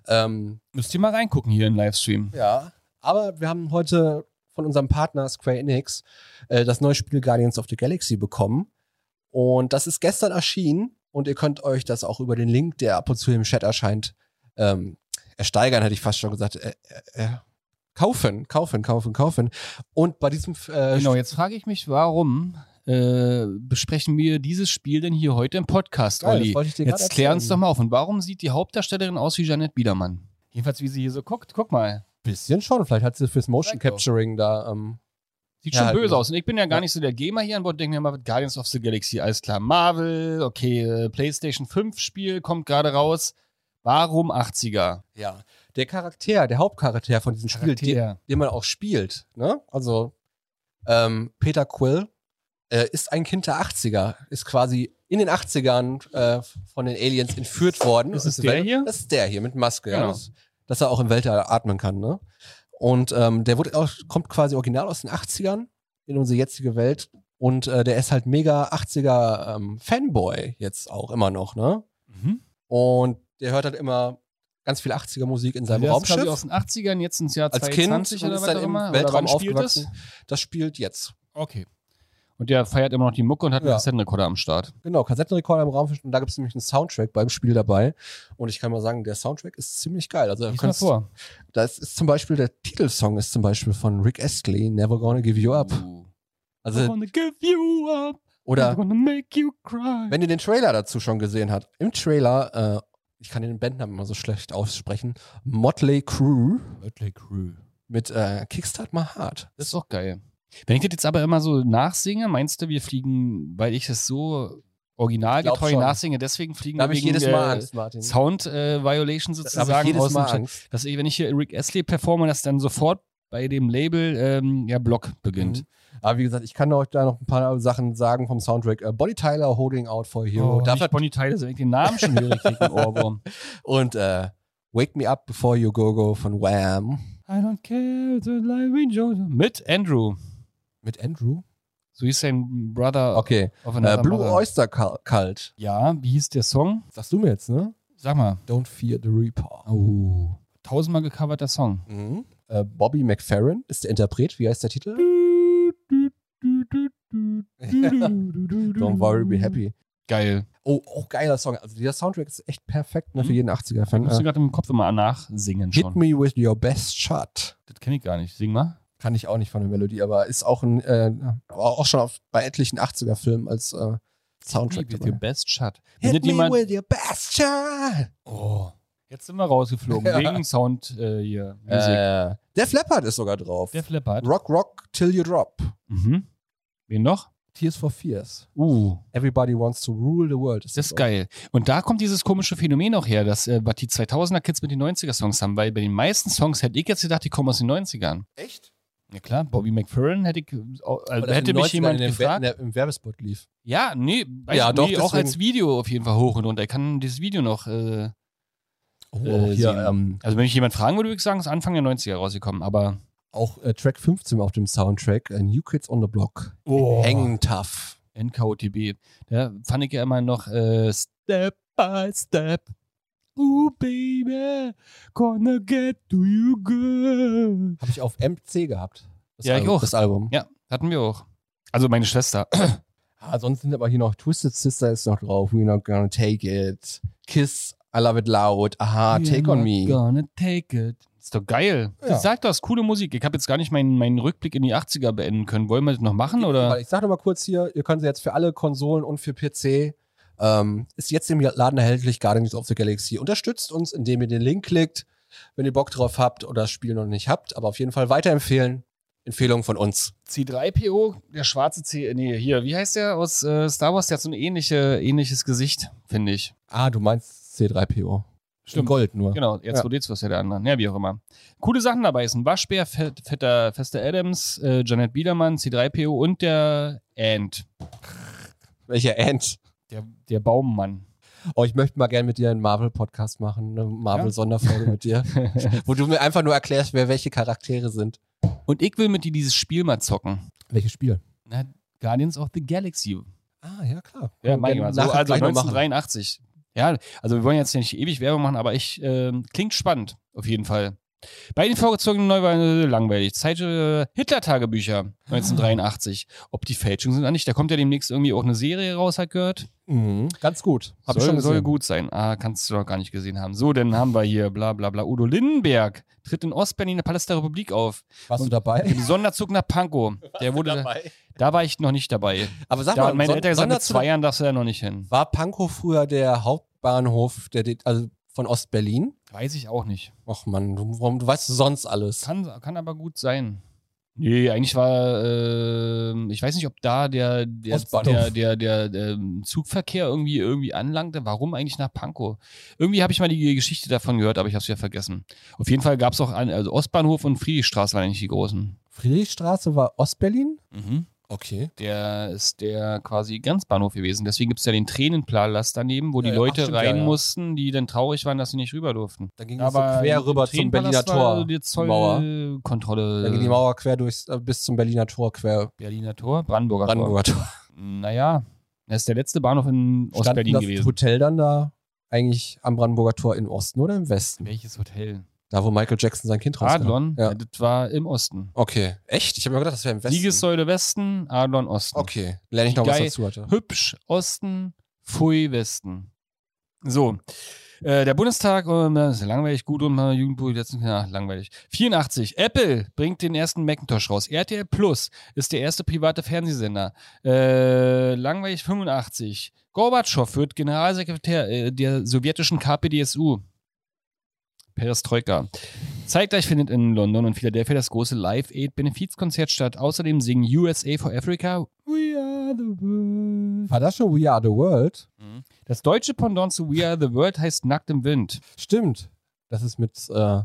A: Ähm,
B: Müsst ihr mal reingucken hier im Livestream.
A: ja. Aber wir haben heute von unserem Partner Square Enix äh, das neue Spiel Guardians of the Galaxy bekommen. Und das ist gestern erschienen und ihr könnt euch das auch über den Link, der ab und zu im Chat erscheint, ähm, ersteigern, hätte ich fast schon gesagt. Äh, äh, äh, kaufen, kaufen, kaufen, kaufen. Und bei diesem äh,
B: Genau, jetzt frage ich mich, warum äh, besprechen wir dieses Spiel denn hier heute im Podcast,
A: Geil, das
B: Olli?
A: wollte ich dir
B: Jetzt
A: gerade
B: klär uns doch
A: erzählen.
B: mal auf. Und warum sieht die Hauptdarstellerin aus wie Janet Biedermann? Jedenfalls, wie sie hier so guckt. Guck mal.
A: bisschen schon, vielleicht hat sie fürs Motion
B: Vielleicht doch.
A: Capturing da. Ähm,
B: Sieht
A: Ja,
B: schon
A: halt
B: böse
A: nur.
B: aus. Und ich bin ja gar
A: Ja.
B: nicht so der Gamer hier an Bord. Denke mir mal, Guardians of the Galaxy, alles klar. Marvel, okay, äh, PlayStation 5 Spiel kommt gerade raus. Warum 80er?
A: ja. Der Charakter, der Hauptcharakter von diesem Spiel, der,
B: Charakter.
A: den man auch spielt, ne? Also ähm, Peter Quill äh, ist ein Kind der 80er, ist quasi in den 80ern äh, von den Aliens entführt worden.
B: Ist es
A: Und
B: der
A: Welt-
B: hier?
A: Das ist der hier mit Maske, ja.
B: Genau.
A: Das, dass er auch im Weltall atmen kann, ne? Und ähm, der wurde auch, kommt quasi original aus den 80ern in unsere jetzige Welt und äh, der ist halt mega 80er ähm, Fanboy jetzt auch immer noch, ne?
B: Mhm.
A: Und der hört halt immer ganz viel 80er Musik in seinem
B: Der ist quasi
A: Raumschiff.
B: aus den 80ern jetzt ins Jahr
A: als Kind
B: 2020
A: und
B: oder
A: ist
B: was
A: dann
B: auch
A: im
B: immer. Oder
A: Weltraum
B: wann spielt das?
A: aufgewachsen. Das spielt jetzt.
B: Okay. Und der feiert immer noch die Mucke und hat einen
A: Ja.
B: Kassettenrekorder am Start.
A: Genau, Kassettenrekorder im Raum und da gibt es nämlich einen Soundtrack beim Spiel dabei. Und ich kann mal sagen, der Soundtrack ist ziemlich geil. Also
B: Lies mal
A: kannst-
B: vor.
A: das ist zum Beispiel der Titelsong ist zum Beispiel von Rick Astley, Never Gonna Give You Up.
B: I'm
A: Also
B: gonna give you up. I'm
A: oder
B: gonna make you cry.
A: wenn ihr den Trailer dazu schon gesehen habt, im Trailer, äh, ich kann den Bandnamen immer so schlecht aussprechen, Motley Crew
B: Mötley Crew.
A: mit äh, Kickstart My Heart.
B: Das ist doch geil. Wenn ich das jetzt aber immer so nachsinge, meinst du, wir fliegen, weil ich das so
A: Ich glaub
B: originalgetreu
A: schon.
B: nachsinge, deswegen fliegen
A: Da habe
B: wir
A: ich
B: wegen
A: jedes
B: der
A: Mal Angst, Martin.
B: Sound äh, Violation
A: Da habe ich
B: sozusagen
A: jedes
B: aus dem
A: Mal
B: Chat.
A: Angst.
B: Dass ich, wenn ich hier Rick Astley performe, dass dann sofort bei dem Label ähm, ja Block beginnt.
A: Mhm. Aber wie gesagt, ich kann euch da noch ein paar Sachen sagen vom Soundtrack. Äh, Bonnie Tyler, Holding Out for a Hero.
B: Oh,
A: Dafür-
B: nicht Bonnie Tyler, sondern ich den Namen schon höre, ich krieg einen Ohrwurm.
A: und äh, Wake Me Up Before You Go Go von Wham.
B: I don't care the life we chose. Mit Andrew.
A: Mit Andrew?
B: So hieß sein Brother
A: Okay.
B: of
A: Äh,
B: another
A: Blue
B: Mother.
A: Oyster Cul- Cult.
B: Ja, wie hieß der Song?
A: Sagst du mir jetzt, ne?
B: Sag mal.
A: Don't Fear the Reaper.
B: Oh. Tausendmal gecoverter Song.
A: Mhm. Äh, Bobby McFerrin ist der Interpret. Wie heißt der Titel? Don't
B: Don't
A: Worry, Be Happy.
B: Geil.
A: Oh, auch geiler Song. Also dieser Soundtrack ist echt perfekt ne, für
B: Mhm.
A: jeden 80er-Fan.
B: Musst du
A: Äh,
B: gerade im Kopf immer nachsingen
A: Hit
B: schon.
A: Me With Your Best Shot.
B: Das kenne ich gar nicht. Sing mal.
A: Kann ich auch nicht von der Melodie, aber ist auch ein äh, auch schon auf, bei etlichen 80er-Filmen als äh, Soundtrack
B: With your
A: dabei.
B: best shot. Wenn
A: Hit
B: das
A: me
B: jemand.
A: with your best shot.
B: Oh. Jetzt sind wir rausgeflogen.
A: Ja.
B: Wegen Sound äh, hier. Musik.
A: Äh, Def Leppard ist sogar drauf.
B: Der Flippert.
A: Rock Rock Till You Drop.
B: Mhm. Wen noch?
A: Tears for Fears.
B: Uh.
A: Everybody Wants to Rule the World.
B: Das ist geil. Und da kommt dieses komische Phänomen auch her, dass äh, was die 2000er-Kids mit den 90er-Songs haben, weil bei den meisten Songs hätte ich jetzt gedacht, die kommen aus den 90ern.
A: Echt?
B: Ja klar, Bobby McFerrin hätte ich, äh, au- also
A: Oder
B: hätte mich jemand
A: in
B: gefragt.
A: Im Werbespot lief.
B: ja, nee, weiß-
A: Ja, doch,
B: nee auch
A: deswegen-
B: als Video auf jeden Fall hoch und runter. Ich kann dieses Video noch, äh,
A: Oh,
B: Äh,
A: hier,
B: sehen.
A: ähm,
B: also wenn ich jemand fragen würde, würde ich sagen, ist Anfang der 90er rausgekommen, aber
A: auch äh, Track 15 auf dem Soundtrack, äh, New Kids on the Block.
B: Oh.
A: Hanging Tough.
B: NKOTB, da fand ich ja immer noch äh, Step by Step. Ooh, baby, gonna get to you good.
A: Habe ich auf MC gehabt. Das
B: Ja, ich
A: Album,
B: auch.
A: Das Album.
B: Ja, hatten wir auch. Also meine Schwester.
A: Ah, sonst sind aber hier noch Twisted Sister ist noch drauf. We're not gonna take it. Kiss. I love it loud. Aha,
B: You're
A: take on
B: not
A: me.
B: Gonna take it. Ist doch geil.
A: Ja.
B: Das sagt das, coole Musik. Ich habe jetzt gar nicht meinen, meinen Rückblick in die 80er beenden können. Wollen wir das noch machen?
A: Weil
B: Oder?
A: Ich sage mal kurz hier, ihr könnt sie jetzt für alle Konsolen und für PC. Ähm, ist jetzt im Laden erhältlich, Guardians of the Galaxy. Unterstützt uns, indem ihr den Link klickt, wenn ihr Bock drauf habt oder das Spiel noch nicht habt. Aber auf jeden Fall weiterempfehlen. Empfehlung von uns.
B: C3PO, der schwarze C. Nee, hier, wie heißt der aus äh, Star Wars? Der hat so ein ähnliche, ähnliches Gesicht, finde ich.
A: Ah, du meinst C3PO. In Gold nur.
B: Genau, R2D2 ist ja der andere. Ja, wie auch immer. Coole Sachen dabei ist ein Waschbär, fett, fetter, fester Adams, äh, Janet Biedermann, C3PO und der Ant,
A: Welcher Ant?
B: der, der Baummann.
A: Oh, ich möchte mal gerne mit dir einen Marvel-Podcast machen, eine Marvel-Sonderfolge mit dir, wo du mir einfach nur erklärst, wer welche Charaktere sind.
B: Und ich will mit dir dieses Spiel mal zocken.
A: Welches Spiel?
B: Na, Guardians of the Galaxy.
A: Ah, ja, klar.
B: Ja,
A: Können wir
B: mein
A: gerne
B: Gott. So,
A: nachher
B: also
A: gleich noch machen.
B: 1983. Ja, also wir wollen jetzt hier nicht ewig Werbung machen, aber ich ähm, klingt spannend auf jeden Fall. Bei den vorgezogenen Neuwahlen äh, langweilig. Zeit äh, Hitler-Tagebücher 1983. Ob die Fälschung sind oder nicht. Da kommt ja demnächst irgendwie auch eine Serie raus, hat gehört.
A: Mhm. Ganz gut. Hab
B: soll,
A: ich schon gesehen.
B: soll gut sein. Ah, kannst du doch gar nicht gesehen haben. So, dann haben wir hier bla bla bla. Udo Lindenberg tritt in Ostberlin in der Palast der Republik auf.
A: Warst du dabei?
B: Im Sonderzug nach Pankow. Der wurde, da, da war ich noch nicht dabei.
A: Aber sag
B: Da
A: mal,
B: hat meine
A: Son-
B: Eltern gesagt, mit
A: Sonderzug-
B: zwei Jahren darfst du da noch nicht hin.
A: war Pankow früher der Hauptbahnhof der, D- also von Ostberlin?
B: Weiß ich auch nicht.
A: Och Mann, du, warum, du weißt sonst alles.
B: Kann, kann aber gut sein. Nee, eigentlich war, ähm, ich weiß nicht, ob da der, der, der,
A: Ostbahnhof.
B: der, der, ähm, Zugverkehr irgendwie, irgendwie anlangte. Warum eigentlich nach Pankow? Irgendwie habe ich mal die Geschichte davon gehört, aber ich habe es ja vergessen. Auf jeden Fall gab es auch, an, also Ostbahnhof und Friedrichstraße waren eigentlich die großen.
A: Friedrichstraße war Ostberlin?
B: Mhm.
A: Okay.
B: Der ist der quasi Grenzbahnhof gewesen. Deswegen gibt es ja den Tränenplalast daneben, wo die
A: Ja, ja. Ach,
B: Leute
A: stimmt,
B: rein
A: ja, ja.
B: mussten, die dann traurig waren, dass sie nicht rüber durften.
A: Dann ging es so quer rüber zum Berliner
B: Tränenpalast war
A: Tor.
B: Die
A: Mauer.
B: Zollkontrolle.
A: Dann ging die Mauer quer durchs, äh, bis zum Berliner Tor, quer
B: Berliner Tor, Brandenburger,
A: Brandenburger Tor.
B: Tor. Naja, das ist der letzte Bahnhof in Ostberlin
A: das
B: gewesen.
A: Hotel dann da eigentlich am Brandenburger Tor im Osten oder im Westen?
B: Welches Hotel?
A: Da, wo Michael Jackson sein Kind rauskam.
B: Adlon?
A: ne? Ja.
B: Ja. Das war im Osten.
A: Okay. Echt? Ich habe mir gedacht, das wäre im Westen.
B: Siegessäule Westen, Adlon Osten.
A: Okay. Lerne ich noch was
B: Geil.
A: dazu heute.
B: Hübsch Osten, Pfui Westen. So. Äh, der Bundestag, äh, das ist langweilig, gut und äh, Jugendbuch, letzten, ja, langweilig. 84, Apple bringt den ersten Macintosh raus. RTL Plus ist der erste private Fernsehsender. Äh, langweilig 85. Gorbatschow wird Generalsekretär äh, der sowjetischen KPDSU. Perestroika. Zeitgleich findet in London und Philadelphia das große Live-Aid-Benefizkonzert statt. Außerdem singen USA for Africa. We are the world.
A: War das schon We Are the World?
B: Das deutsche Pendant zu We Are the World heißt Nackt im Wind.
A: Stimmt. Das ist mit, äh,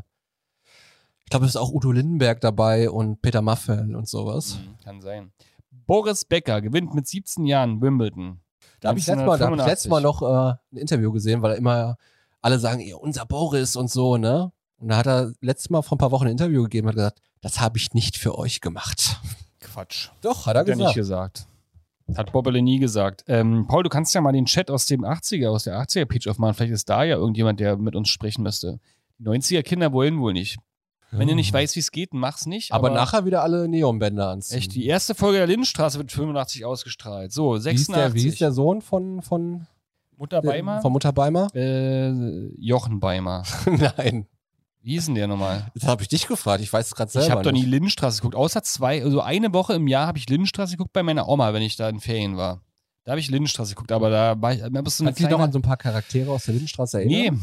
A: ich glaube, es ist auch Udo Lindenberg dabei und Peter Maffel und sowas.
B: Kann sein. Boris Becker gewinnt mit 17 Jahren Wimbledon.
A: Da habe ich letztes Mal, da hab ich
B: 1985.
A: letztes Mal noch äh, ein Interview gesehen, weil immer alle sagen, "Ey, unser Boris und so, ne? Und da hat er letztes Mal vor ein paar Wochen ein Interview gegeben und hat gesagt, das habe ich nicht für euch gemacht.
B: Quatsch.
A: Doch, hat er
B: Hat er nicht
A: gesagt.
B: gesagt. Hat Bobbele nie gesagt. Ähm, Paul, du kannst ja mal den Chat aus dem 80er, aus der 80er Page aufmachen. Vielleicht ist da ja irgendjemand, der mit uns sprechen müsste. Die 90er Kinder wollen wohl nicht. Wenn ihr nicht weißt, wie es geht, mach's nicht.
A: Hm. aber, nachher wieder alle Neonbänder anziehen.
B: Echt, die erste Folge der Lindenstraße wird 85 ausgestrahlt. So,
A: wie hieß, der, wie
B: 86.
A: hieß der Sohn von, von,
B: Mutter Beimer?
A: von Mutter Beimer?
B: äh, Jochen Beimer.
A: Nein,
B: Wie hieß denn der nochmal?
A: das habe ich dich gefragt. Ich weiß es gerade selber
B: ich habe doch nie
A: nicht.
B: Lindenstraße geguckt. Außer zwei, also eine Woche im Jahr habe ich Lindenstraße geguckt bei meiner Oma, wenn ich da in Ferien war. Da habe ich Lindenstraße geguckt, aber da war ich. Da bist du eine
A: Hat sich noch
B: kleine-
A: an so ein paar Charaktere aus der Lindenstraße erinnert?
B: Nee,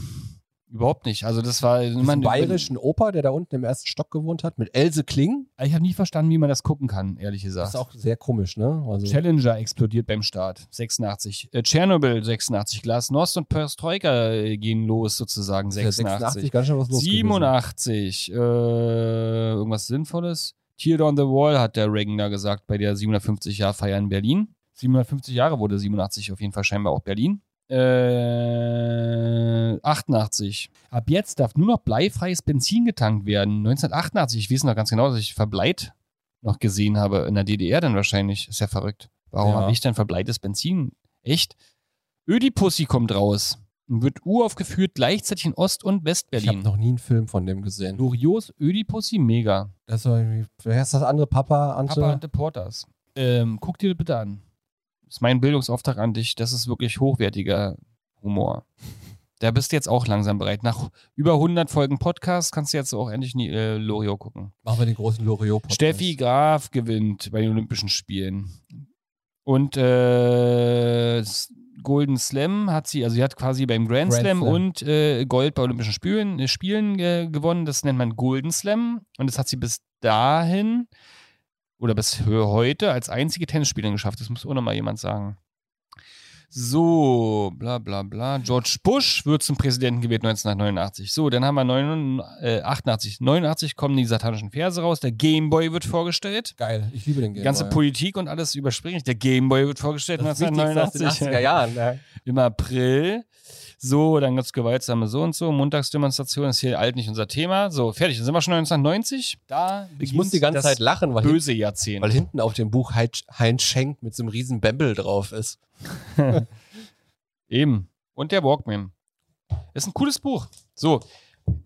B: überhaupt nicht. Also das war
A: Diesen
B: man-
A: bayerischen Opa, der da unten im ersten Stock gewohnt hat, mit Else Kling.
B: Ich habe nie verstanden, wie man das gucken kann, ehrlich gesagt.
A: Das ist auch sehr komisch, ne? Also,
B: Challenger explodiert beim Start, 86. Äh, Tschernobyl, 86. Glasnost und Perestroika äh, gehen los, sozusagen,
A: ist ja
B: 86.
A: ganz schön was los. gewesen.
B: 87. Äh, irgendwas Sinnvolles? Tear on the Wall hat der Reagan da gesagt bei der 750-Jahr-Feier in Berlin. 750 Jahre wurde 87 auf jeden Fall scheinbar auch Berlin. Äh, 88. Ab jetzt darf nur noch bleifreies Benzin getankt werden. 1988, ich weiß noch ganz genau, dass ich verbleit noch gesehen habe. In der DDR dann wahrscheinlich. Ist ja verrückt. Warum
A: Ja.
B: habe ich denn verbleites Benzin? Echt? Ödipussy kommt raus und wird uraufgeführt gleichzeitig in Ost- und
A: Ich habe
B: Westberlin.
A: noch nie einen Film von dem gesehen.
B: Lorios Ödipussy, mega.
A: Das war irgendwie, wer ist das andere? Papa, Ante?
B: Papa and the Porters. Ähm, guck dir das bitte an. Ist mein Bildungsauftrag an dich. Das ist wirklich hochwertiger Humor. Da bist du jetzt auch langsam bereit. Nach über 100 Folgen Podcast kannst du jetzt auch endlich nie, äh, Lorio gucken.
A: Machen wir den großen loriot
B: Steffi Graf gewinnt bei den Olympischen Spielen. Und äh, S- Golden Slam hat sie, also sie hat quasi beim Grand,
A: Grand
B: Slam,
A: Slam.
B: und äh, Gold bei Olympischen Spielen, äh, Spielen äh, gewonnen. Das nennt man Golden Slam. Und das hat sie bis dahin oder bis für heute als einzige Tennisspielerin geschafft. Das muss auch nochmal jemand sagen. So, bla bla bla. George Bush wird zum Präsidenten gewählt 1989. So, dann haben wir 9, äh, 88. 89 kommen die satanischen Verse raus. Der Gameboy wird vorgestellt.
A: Geil, ich liebe den
B: Die
A: Game
B: ganze
A: Boy.
B: Politik und alles überspringe ich. Der Gameboy wird vorgestellt
A: Das ist das Wichtigste aus den 80er
B: 1989.
A: Jahren. Ne?
B: Im April. So, dann gibt's gewaltsame so und so. Montagsdemonstration ist hier alt nicht unser Thema. So, fertig. Dann sind wir schon 1990. Da
A: Ich
B: beginnt
A: muss die ganze
B: das
A: Zeit lachen, weil, hin,
B: böse Jahrzehnt.
A: weil hinten auf dem Buch Heinz Heinz Schenk mit so einem riesen Bembel drauf ist.
B: Eben. Und der Walkman. Ist ein cooles Buch. So,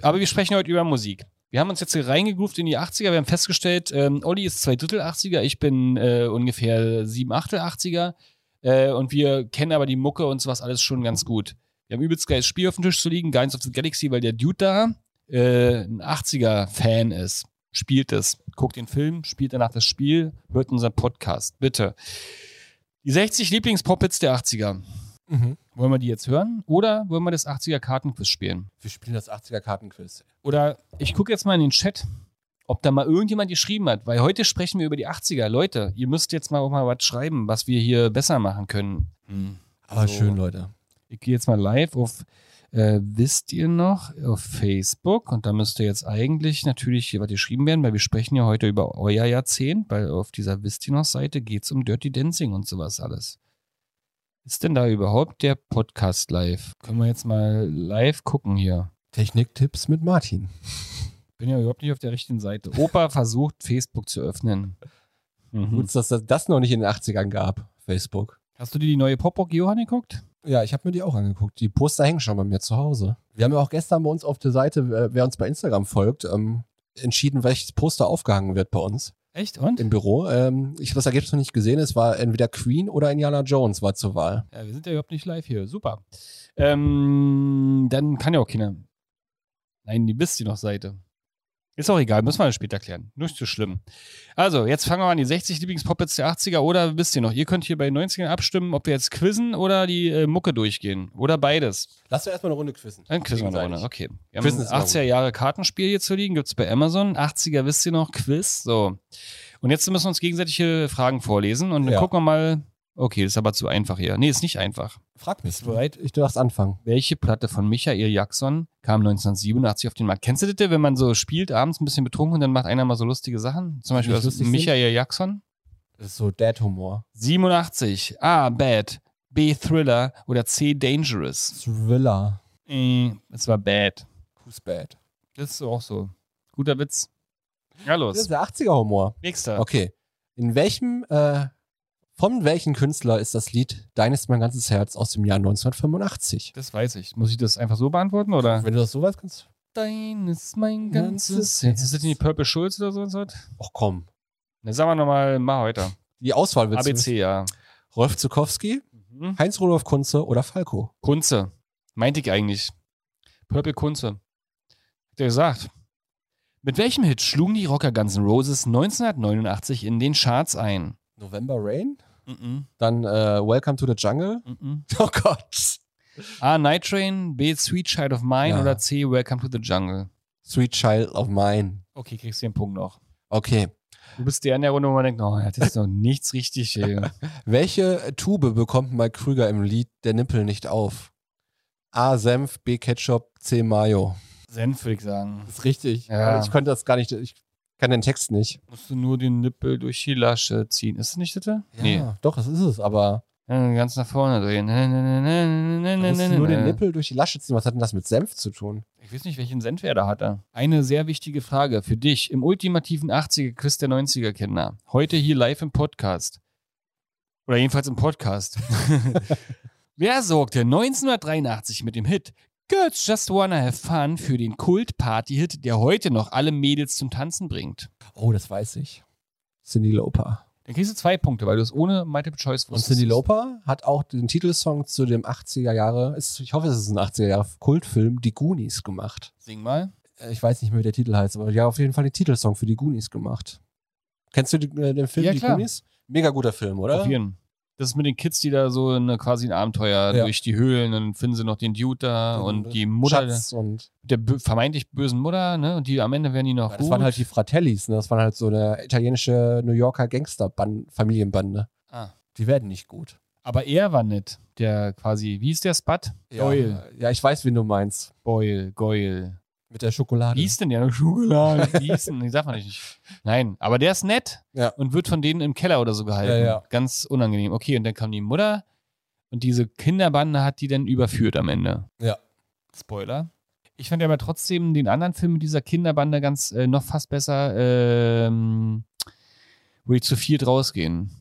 B: aber wir sprechen heute über Musik. Wir haben uns jetzt hier reingegroovt in die 80er. Wir haben festgestellt, ähm, Olli ist zwei Drittel 80er, ich bin äh, ungefähr sieben Achtel 80er. Äh, und wir kennen aber die Mucke und sowas alles schon ganz gut. Wir haben übelst geiles Spiel auf dem Tisch zu liegen, Guardians of the Galaxy, weil der Dude da äh, ein 80er-Fan ist. Spielt es. Guckt den Film, spielt danach das Spiel, hört unseren Podcast. Bitte. Die 60 Lieblingspoppits der 80er.
A: Mhm.
B: Wollen wir die jetzt hören? Oder wollen wir das 80er-Kartenquiz spielen?
A: Wir spielen das 80er-Kartenquiz.
B: Oder ich gucke jetzt mal in den Chat, ob da mal irgendjemand geschrieben hat, weil heute sprechen wir über die 80er. Leute, ihr müsst jetzt mal auch mal was schreiben, was wir hier besser machen können.
A: Aber
B: Also-
A: schön, Leute.
B: Ich gehe jetzt mal live auf, äh, wisst ihr noch, auf Facebook und da müsste jetzt eigentlich natürlich hier was geschrieben werden, weil wir sprechen ja heute über euer Jahrzehnt, weil auf dieser Wisst ihr noch Seite geht es um Dirty Dancing und sowas alles. Ist denn da überhaupt der Podcast live? Können wir jetzt mal live gucken hier?
A: Techniktipps mit Martin.
B: Bin ja überhaupt nicht auf der richtigen Seite. Opa versucht, Facebook zu öffnen.
A: Gut, dass das, das noch nicht in den 80ern gab, Facebook.
B: Hast du dir die neue Popbock Johann geguckt?
A: Ja, ich habe mir die auch angeguckt. Die Poster hängen schon bei mir zu Hause. Wir haben ja auch gestern bei uns auf der Seite, äh, wer uns bei Instagram folgt, ähm, entschieden, welches Poster aufgehangen wird bei uns
B: Echt? Und?
A: im Büro. Ähm, ich habe das Ergebnis noch nicht gesehen. Es war entweder Queen oder Indiana Jones war zur Wahl.
B: Ja, wir sind ja überhaupt nicht live hier. Super. Ähm, dann kann ja auch keiner. Nein, die wisst ihr noch Seite. Ist auch egal, müssen wir später klären. Nicht so schlimm. Also, jetzt fangen wir an. Die 60 Lieblingspoppets der 80er oder wisst ihr noch? Ihr könnt hier bei den 90ern abstimmen, ob wir jetzt quizzen oder die äh, Mucke durchgehen. Oder beides.
A: Lass doch erstmal eine Runde quizzen.
B: Dann Quiz noch eine, okay. Wir
A: Quizzen ist
B: haben ein
A: immer gut.
B: 80er Jahre Kartenspiel hier zu liegen, gibt's bei Amazon. 80er wisst ihr noch, Quiz. So. Und jetzt müssen wir uns gegenseitig hier Fragen vorlesen und dann
A: Ja.
B: gucken wir mal. Okay, das ist aber zu einfach hier. Nee, ist nicht einfach.
A: Frag mich.
B: Bist du bereit?
A: Ich darf anfangen.
B: Welche Platte von Michael Jackson kam 1987 auf den Markt? Kennst du das, wenn man so spielt, abends ein bisschen betrunken und dann macht einer mal so lustige Sachen? Zum Beispiel
A: Nicht
B: aus
A: lustig
B: Michael Jackson?
A: Das ist so Dad-Humor.
B: 87. A. Bad. B. Thriller. Oder C. Dangerous.
A: Thriller.
B: Äh, Es war Bad.
A: Who's bad?
B: Das ist auch so. Guter Witz. Ja,
A: Das ist
B: los.
A: der 80er-Humor.
B: Nächster.
A: Okay. In welchem, äh, von welchem Künstler ist das Lied Dein ist mein ganzes Herz aus dem Jahr 1985?
B: Das weiß ich. Muss ich das einfach so beantworten, oder?
A: Wenn du das so weißt, kannst du.
B: Dein ist mein
A: ganzes
B: Herz.
A: Herz.
B: Ist das nicht Purple Schulz oder so? und so?
A: Ach komm.
B: Na, sagen wir nochmal, mal weiter.
A: Die Auswahl wird
B: ABC, ja.
A: Rolf Zukowski,
B: Mhm.
A: Heinz-Rudolf Kunze oder Falco?
B: Kunze. Meinte ich eigentlich. Purple Kunze. Hat er gesagt. Mit welchem Hit schlugen die Rocker Guns N' Roses 1989 in den Charts ein?
A: November Rain? Dann äh, Welcome to the Jungle.
B: Mhm.
A: Oh Gott.
B: A. Night Train, B. Sweet Child of Mine
A: Ja.
B: oder C. Welcome to the Jungle?
A: Sweet Child of Mine.
B: Okay, kriegst du den Punkt noch.
A: Okay.
B: Du bist der in der Runde, wo man denkt, oh, das ist noch nichts richtig. Ey.
A: Welche Tube bekommt Mike Krüger im Lied Der Nippel nicht auf? A. Senf, B. Ketchup, C. Mayo.
B: Senf, würde ich sagen.
A: Das ist richtig.
B: Ja.
A: Ich konnte das gar nicht. Ich kann den Text nicht.
B: Musst du nur den Nippel durch die Lasche ziehen. Ist das nicht das? da? Nee.
A: Ja, Doch, das ist es, aber.
B: Äh, Ganz nach vorne drehen. Ne, ne, ne, ne, ne,
A: Du
B: ne,
A: musst
B: ne,
A: nur
B: ne.
A: den Nippel durch die Lasche ziehen. Was hat denn das mit Senf zu tun?
B: Ich weiß nicht, welchen Senf er da hatte. Eine sehr wichtige Frage für dich im ultimativen 80er-Quiz der 90er-Kinder. Heute hier live im Podcast. Oder jedenfalls im Podcast. Wer sorgte 1983 mit dem Hit Girls Just Wanna Have Fun für den Kult-Party-Hit, der heute noch alle Mädels zum Tanzen bringt?
A: Oh, das weiß ich. Cindy Lauper.
B: Dann kriegst du zwei Punkte, weil du es ohne Multiple Choice
A: Und
B: wusstest.
A: Cindy Lauper hat auch den Titelsong zu dem 80er Jahre, ist, ich hoffe, es ist ein 80er Jahre Kultfilm, Die Goonies gemacht.
B: Sing mal.
A: Äh, Ich weiß nicht mehr, wie der Titel heißt, aber die hat auf jeden Fall den Titelsong für Die Goonies gemacht. Kennst du die, äh, den Film
B: Ja,
A: Die
B: klar.
A: Goonies? Mega guter Film, oder?
B: Auf jeden. Das ist mit den Kids, die da so eine, quasi ein Abenteuer
A: Ja.
B: durch die Höhlen, dann finden sie noch den Dude da
A: Den
B: und die Mutter.
A: Schatz und
B: der bö vermeintlich bösen Mutter, ne? Und die am Ende werden die noch
A: ja, das
B: gut.
A: waren halt die Fratellis, ne? das waren halt so eine italienische New Yorker Gangster-Familienbande.
B: ah.
A: Die werden nicht gut.
B: Aber er war nicht der quasi, wie ist der Spud? Doyle.
A: ja, ich weiß, wen du meinst.
B: Boyle, Goyle.
A: Mit der Schokolade.
B: Wie ist denn der? Schokolade. Wie ist denn? Ich sag mal nicht. Nein, aber der ist nett
A: Ja.
B: und wird von denen im Keller oder so gehalten.
A: Ja, ja.
B: Ganz unangenehm. Okay, und dann kam die Mutter und diese Kinderbande hat die dann überführt am Ende.
A: Ja.
B: Spoiler. Ich fand ja aber trotzdem den anderen Film mit dieser Kinderbande ganz äh, noch fast besser, ähm, wo die zu viert rausgehen.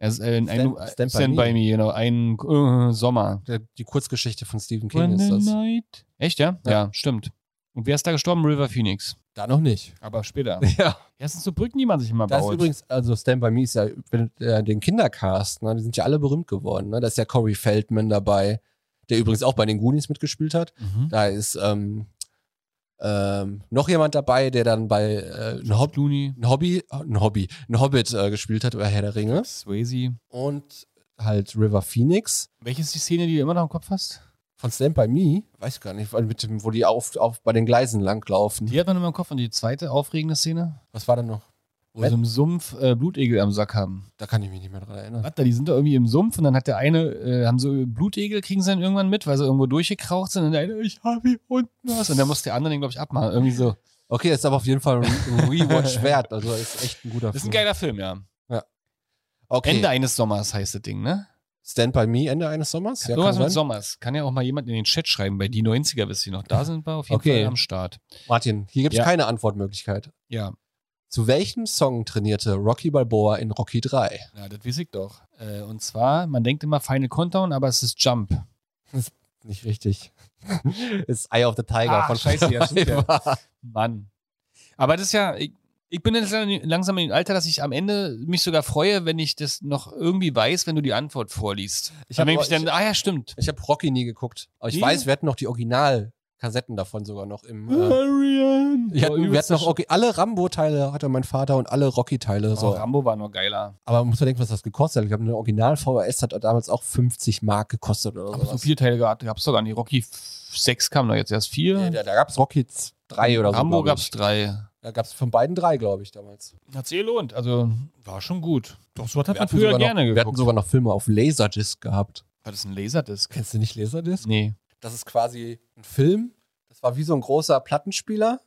B: Also, äh, ein,
A: Stand-
B: Stand,
A: Stand by
B: by
A: Me.
B: Me, genau. Ein äh, Sommer.
A: Der, die Kurzgeschichte von Stephen King
B: When
A: ist
B: the
A: das.
B: night. Echt, ja? ja?
A: Ja.
B: stimmt. Und wer ist da gestorben? River Phoenix.
A: Da noch nicht.
B: Aber später.
A: Ja.
B: Erstens so Brücken, die man sich immer
A: Da ist
B: baut.
A: übrigens, also Stand By Me ist ja wenn, äh, den Kindercast, ne? die sind ja alle berühmt geworden. Ne? Da ist ja Corey Feldman dabei, der übrigens auch bei den Goonies mitgespielt hat.
B: mhm.
A: Da ist ähm, ähm, noch jemand dabei, der dann bei äh, ein, Hob
B: Clooney,
A: ein Hobby, ein Hobby, ein Hobbit äh, gespielt hat, über Herr der Ringe.
B: Swayze.
A: Und halt River Phoenix
B: Welche ist die Szene, die du immer noch im Kopf hast?
A: von Stand By Me, weiß gar nicht, weil mit dem, wo die auf, auf bei den Gleisen langlaufen.
B: Die hat man immer im Kopf. Und die zweite aufregende Szene,
A: Was war da noch?
B: wo
A: What?
B: sie im Sumpf äh, Blutegel am Sack haben.
A: Da kann ich mich nicht mehr dran erinnern.
B: Was da, die sind da irgendwie im Sumpf und dann hat der eine, äh, haben so Blutegel, kriegen sie dann irgendwann mit, weil sie irgendwo durchgekraucht sind und der eine, ich hab hier unten was. Und dann muss der andere den, glaube ich, abmachen. Irgendwie so.
A: Okay, ist aber auf jeden Fall ein Rewatch wert. Also ist echt ein guter
B: Das ist ein
A: Film.
B: geiler Film, ja.
A: Okay.
B: Ende eines Sommers heißt das Ding, ne?
A: Stand by Me, Ende eines Sommers? Ja,
B: Sowas
A: kann
B: mit
A: sein.
B: Sommers. Kann ja auch mal jemand in den Chat schreiben, bei die 90er, bis sie noch da sind, war auf jeden
A: Okay.
B: Fall am Start.
A: Martin, hier gibt es
B: Ja.
A: keine Antwortmöglichkeit.
B: Ja,
A: Zu welchem Song trainierte Rocky Balboa in Rocky 3?
B: na, das weiß ich doch. Äh, und zwar, man denkt immer Final Countdown, aber es ist Jump.
A: Nicht richtig. ist Eye of the Tiger
B: Ah,
A: von
B: scheiße, ja, stimmt ja.
A: Survivor.
B: Mann. Aber das ist ja, ich, ich bin jetzt langsam in dem Alter, dass ich am Ende mich sogar freue, wenn ich das noch irgendwie weiß, wenn du die Antwort vorliest.
A: Ich
B: Ich
A: hab
B: dann denke
A: auch-
B: ich dann, ah ja, stimmt.
A: Ich habe Rocky nie geguckt. Aber ich
B: Nie?
A: weiß, wir hatten noch die Originalkassetten davon sogar noch im. Äh, Oh,
B: Arian.
A: wir hatten, wir hatten noch okay, alle Rambo-Teile hatte mein Vater und alle Rocky-Teile.
B: so.
A: So.
B: Rambo war noch geiler.
A: Aber man muss ja denken, was das gekostet hat. Ich glaube, eine Original-VHS hat damals auch 50 Mark gekostet oder
B: Aber so
A: sowas.
B: viele Teile gab es doch gar nicht. Rocky 6 kam da jetzt erst
A: Ja,
B: 4.
A: da da gab es Rocky 3 oder so.
B: Rambo
A: glaub
B: gab
A: ich. eh
B: es 3.
A: Da gab es von beiden drei, glaube ich, damals.
B: Hat sich gelohnt. Also war schon gut. Doch, so hat
A: Wir hatten, sogar noch, wir hatten sogar noch Filme auf Laserdisc gehabt.
B: War das ein Laserdisc?
A: Kennst du nicht Laserdisc?
B: Nee.
A: Das ist quasi ein Film. Das war wie so ein großer Plattenspieler.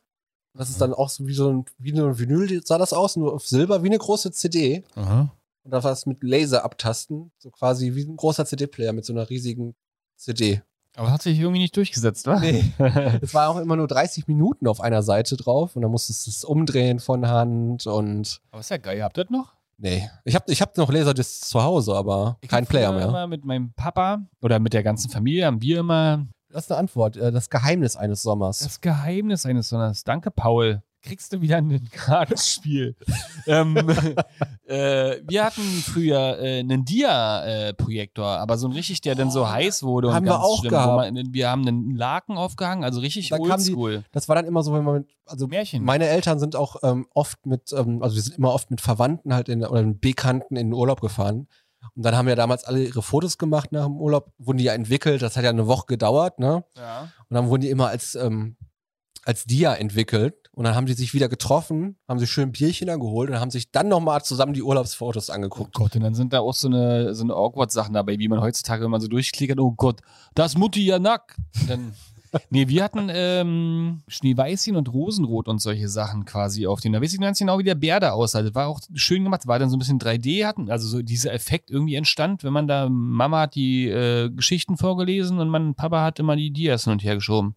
A: Und Das ist dann auch so wie so ein, wie so ein Vinyl, sah das aus, nur auf Silber, wie eine große CD.
B: Aha.
A: Und da war es mit Laser abtasten. So quasi wie ein großer CD-Player mit so einer riesigen CD.
B: Aber hat sich irgendwie nicht durchgesetzt, wa?
A: Nee. Es war auch immer nur 30 Minuten auf einer Seite drauf und dann musstest du es umdrehen von Hand und.
B: aber ist ja geil. Habt ihr das noch?
A: Nee. Ich habe ich hab noch Laserdisc zu Hause, aber
B: Ich
A: kein
B: hab
A: Player
B: früher
A: mehr.
B: Immer mit meinem Papa oder mit der ganzen Familie haben wir immer
A: Das ist eine Antwort. äh, Das Geheimnis eines Sommers.
B: das Geheimnis eines Sonners. Danke, Paul. Kriegst du wieder ein Kartenspiel. ähm, äh, wir hatten früher äh, einen Dia-Projektor, aber so ein richtig, der dann so heiß wurde.
A: Haben
B: und
A: wir
B: ganz
A: auch
B: schlimm,
A: gehabt.
B: Wo man, wir haben einen Laken aufgehangen, also richtig
A: Da kam die-
B: oldschool.
A: das war dann immer so, wenn man mit, also
B: Märchen.
A: meine Eltern sind auch ähm, oft mit, ähm, also wir sind immer oft mit Verwandten halt in, oder mit Bekannten in den Urlaub gefahren. Und dann haben ja damals alle ihre Fotos gemacht nach dem Urlaub, wurden die ja entwickelt, das hat ja eine Woche gedauert, ne?
B: ja.
A: Und dann wurden die immer als, ähm, als Dia entwickelt. Und dann haben die sich wieder getroffen, haben sich schön ein Bierchen angeholt und haben sich dann nochmal zusammen die Urlaubsfotos
B: Oh
A: angeguckt.
B: Gott, und dann sind da auch so eine, so eine Awkward-Sachen dabei, wie man heutzutage, wenn man so durchklickert, oh Gott, das Mutti ja nackt. Und Dann, nee, wir hatten ähm, Schneeweißchen und Rosenrot und solche Sachen quasi auf dem. Da weiß ich noch ganz genau, wie der Bär da aussah. Das war auch schön gemacht, war dann so ein bisschen 3D, hatten, also so dieser Effekt irgendwie entstand, wenn man da, Mama hat die äh, Geschichten vorgelesen und mein Papa hat immer die Dias hin und her geschoben.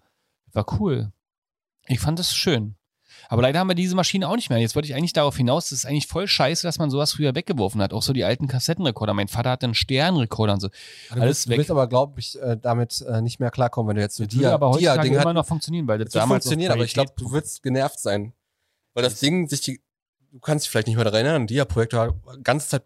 B: War cool. Ich fand das schön. Aber leider haben wir diese Maschine auch nicht mehr. Jetzt wollte ich eigentlich darauf hinaus, das ist eigentlich voll scheiße, dass man sowas früher weggeworfen hat. Auch so die alten Kassettenrekorder. Mein Vater hatte einen Sternrekorder und so.
A: Du
B: Alles
A: wirst-
B: weg.
A: Also, Du wirst aber, glaube ich, äh, damit äh, nicht mehr klarkommen, wenn du jetzt so
B: Das würde aber heutzutage
A: Dia-Ding
B: immer noch funktionieren, weil das
A: Das wird
B: damals so
A: funktionieren, aber ich glaube,
B: Qualität-
A: du wirst genervt sein. Weil das Ding sich die. Du kannst dich vielleicht nicht mehr daran erinnern, der Projektor hat ganze Zeit.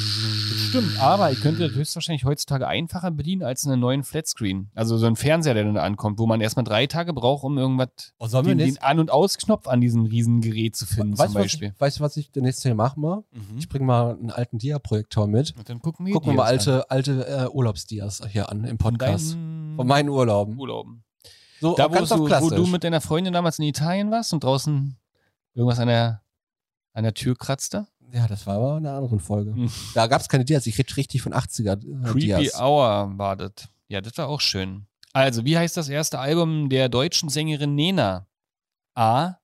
B: Stimmt, aber ich könnte das höchstwahrscheinlich heutzutage einfacher bedienen als einen neuen Flatscreen. Also so einen Fernseher, der dann ankommt, wo man erstmal drei Tage braucht, um irgendwas,
A: Oh, sollen wir
B: den, den
A: nächstes,
B: An- und Ausknopf an diesem riesen Gerät zu finden,
A: weißt, du,
B: zum
A: was
B: Beispiel.
A: ich, weißt du, was ich das nächste Mal machen mal?
B: Mhm.
A: Ich bringe mal einen alten Dia-Projektor mit.
B: Und dann gucken wir,
A: Gucken wir
B: die
A: mal
B: jetzt an.
A: alte, alte äh, Urlaubsdias hier an im
B: Von
A: Podcast.
B: deinen
A: Von meinen Urlauben.
B: Urlauben.
A: So
B: Mhm. Da,
A: auch
B: wo,
A: ganz auf
B: du, wo
A: klassisch.
B: du mit deiner Freundin damals in Italien warst und draußen irgendwas an der, an der Tür kratzte.
A: ja, das war aber in einer anderen Folge.
B: Mhm.
A: Da gab es keine Dias. Ich rede richtig von 80er äh,
B: Creepy
A: Dias.
B: Hour war das. Ja, das war auch schön. Also, wie heißt das erste Album der deutschen Sängerin Nena? A.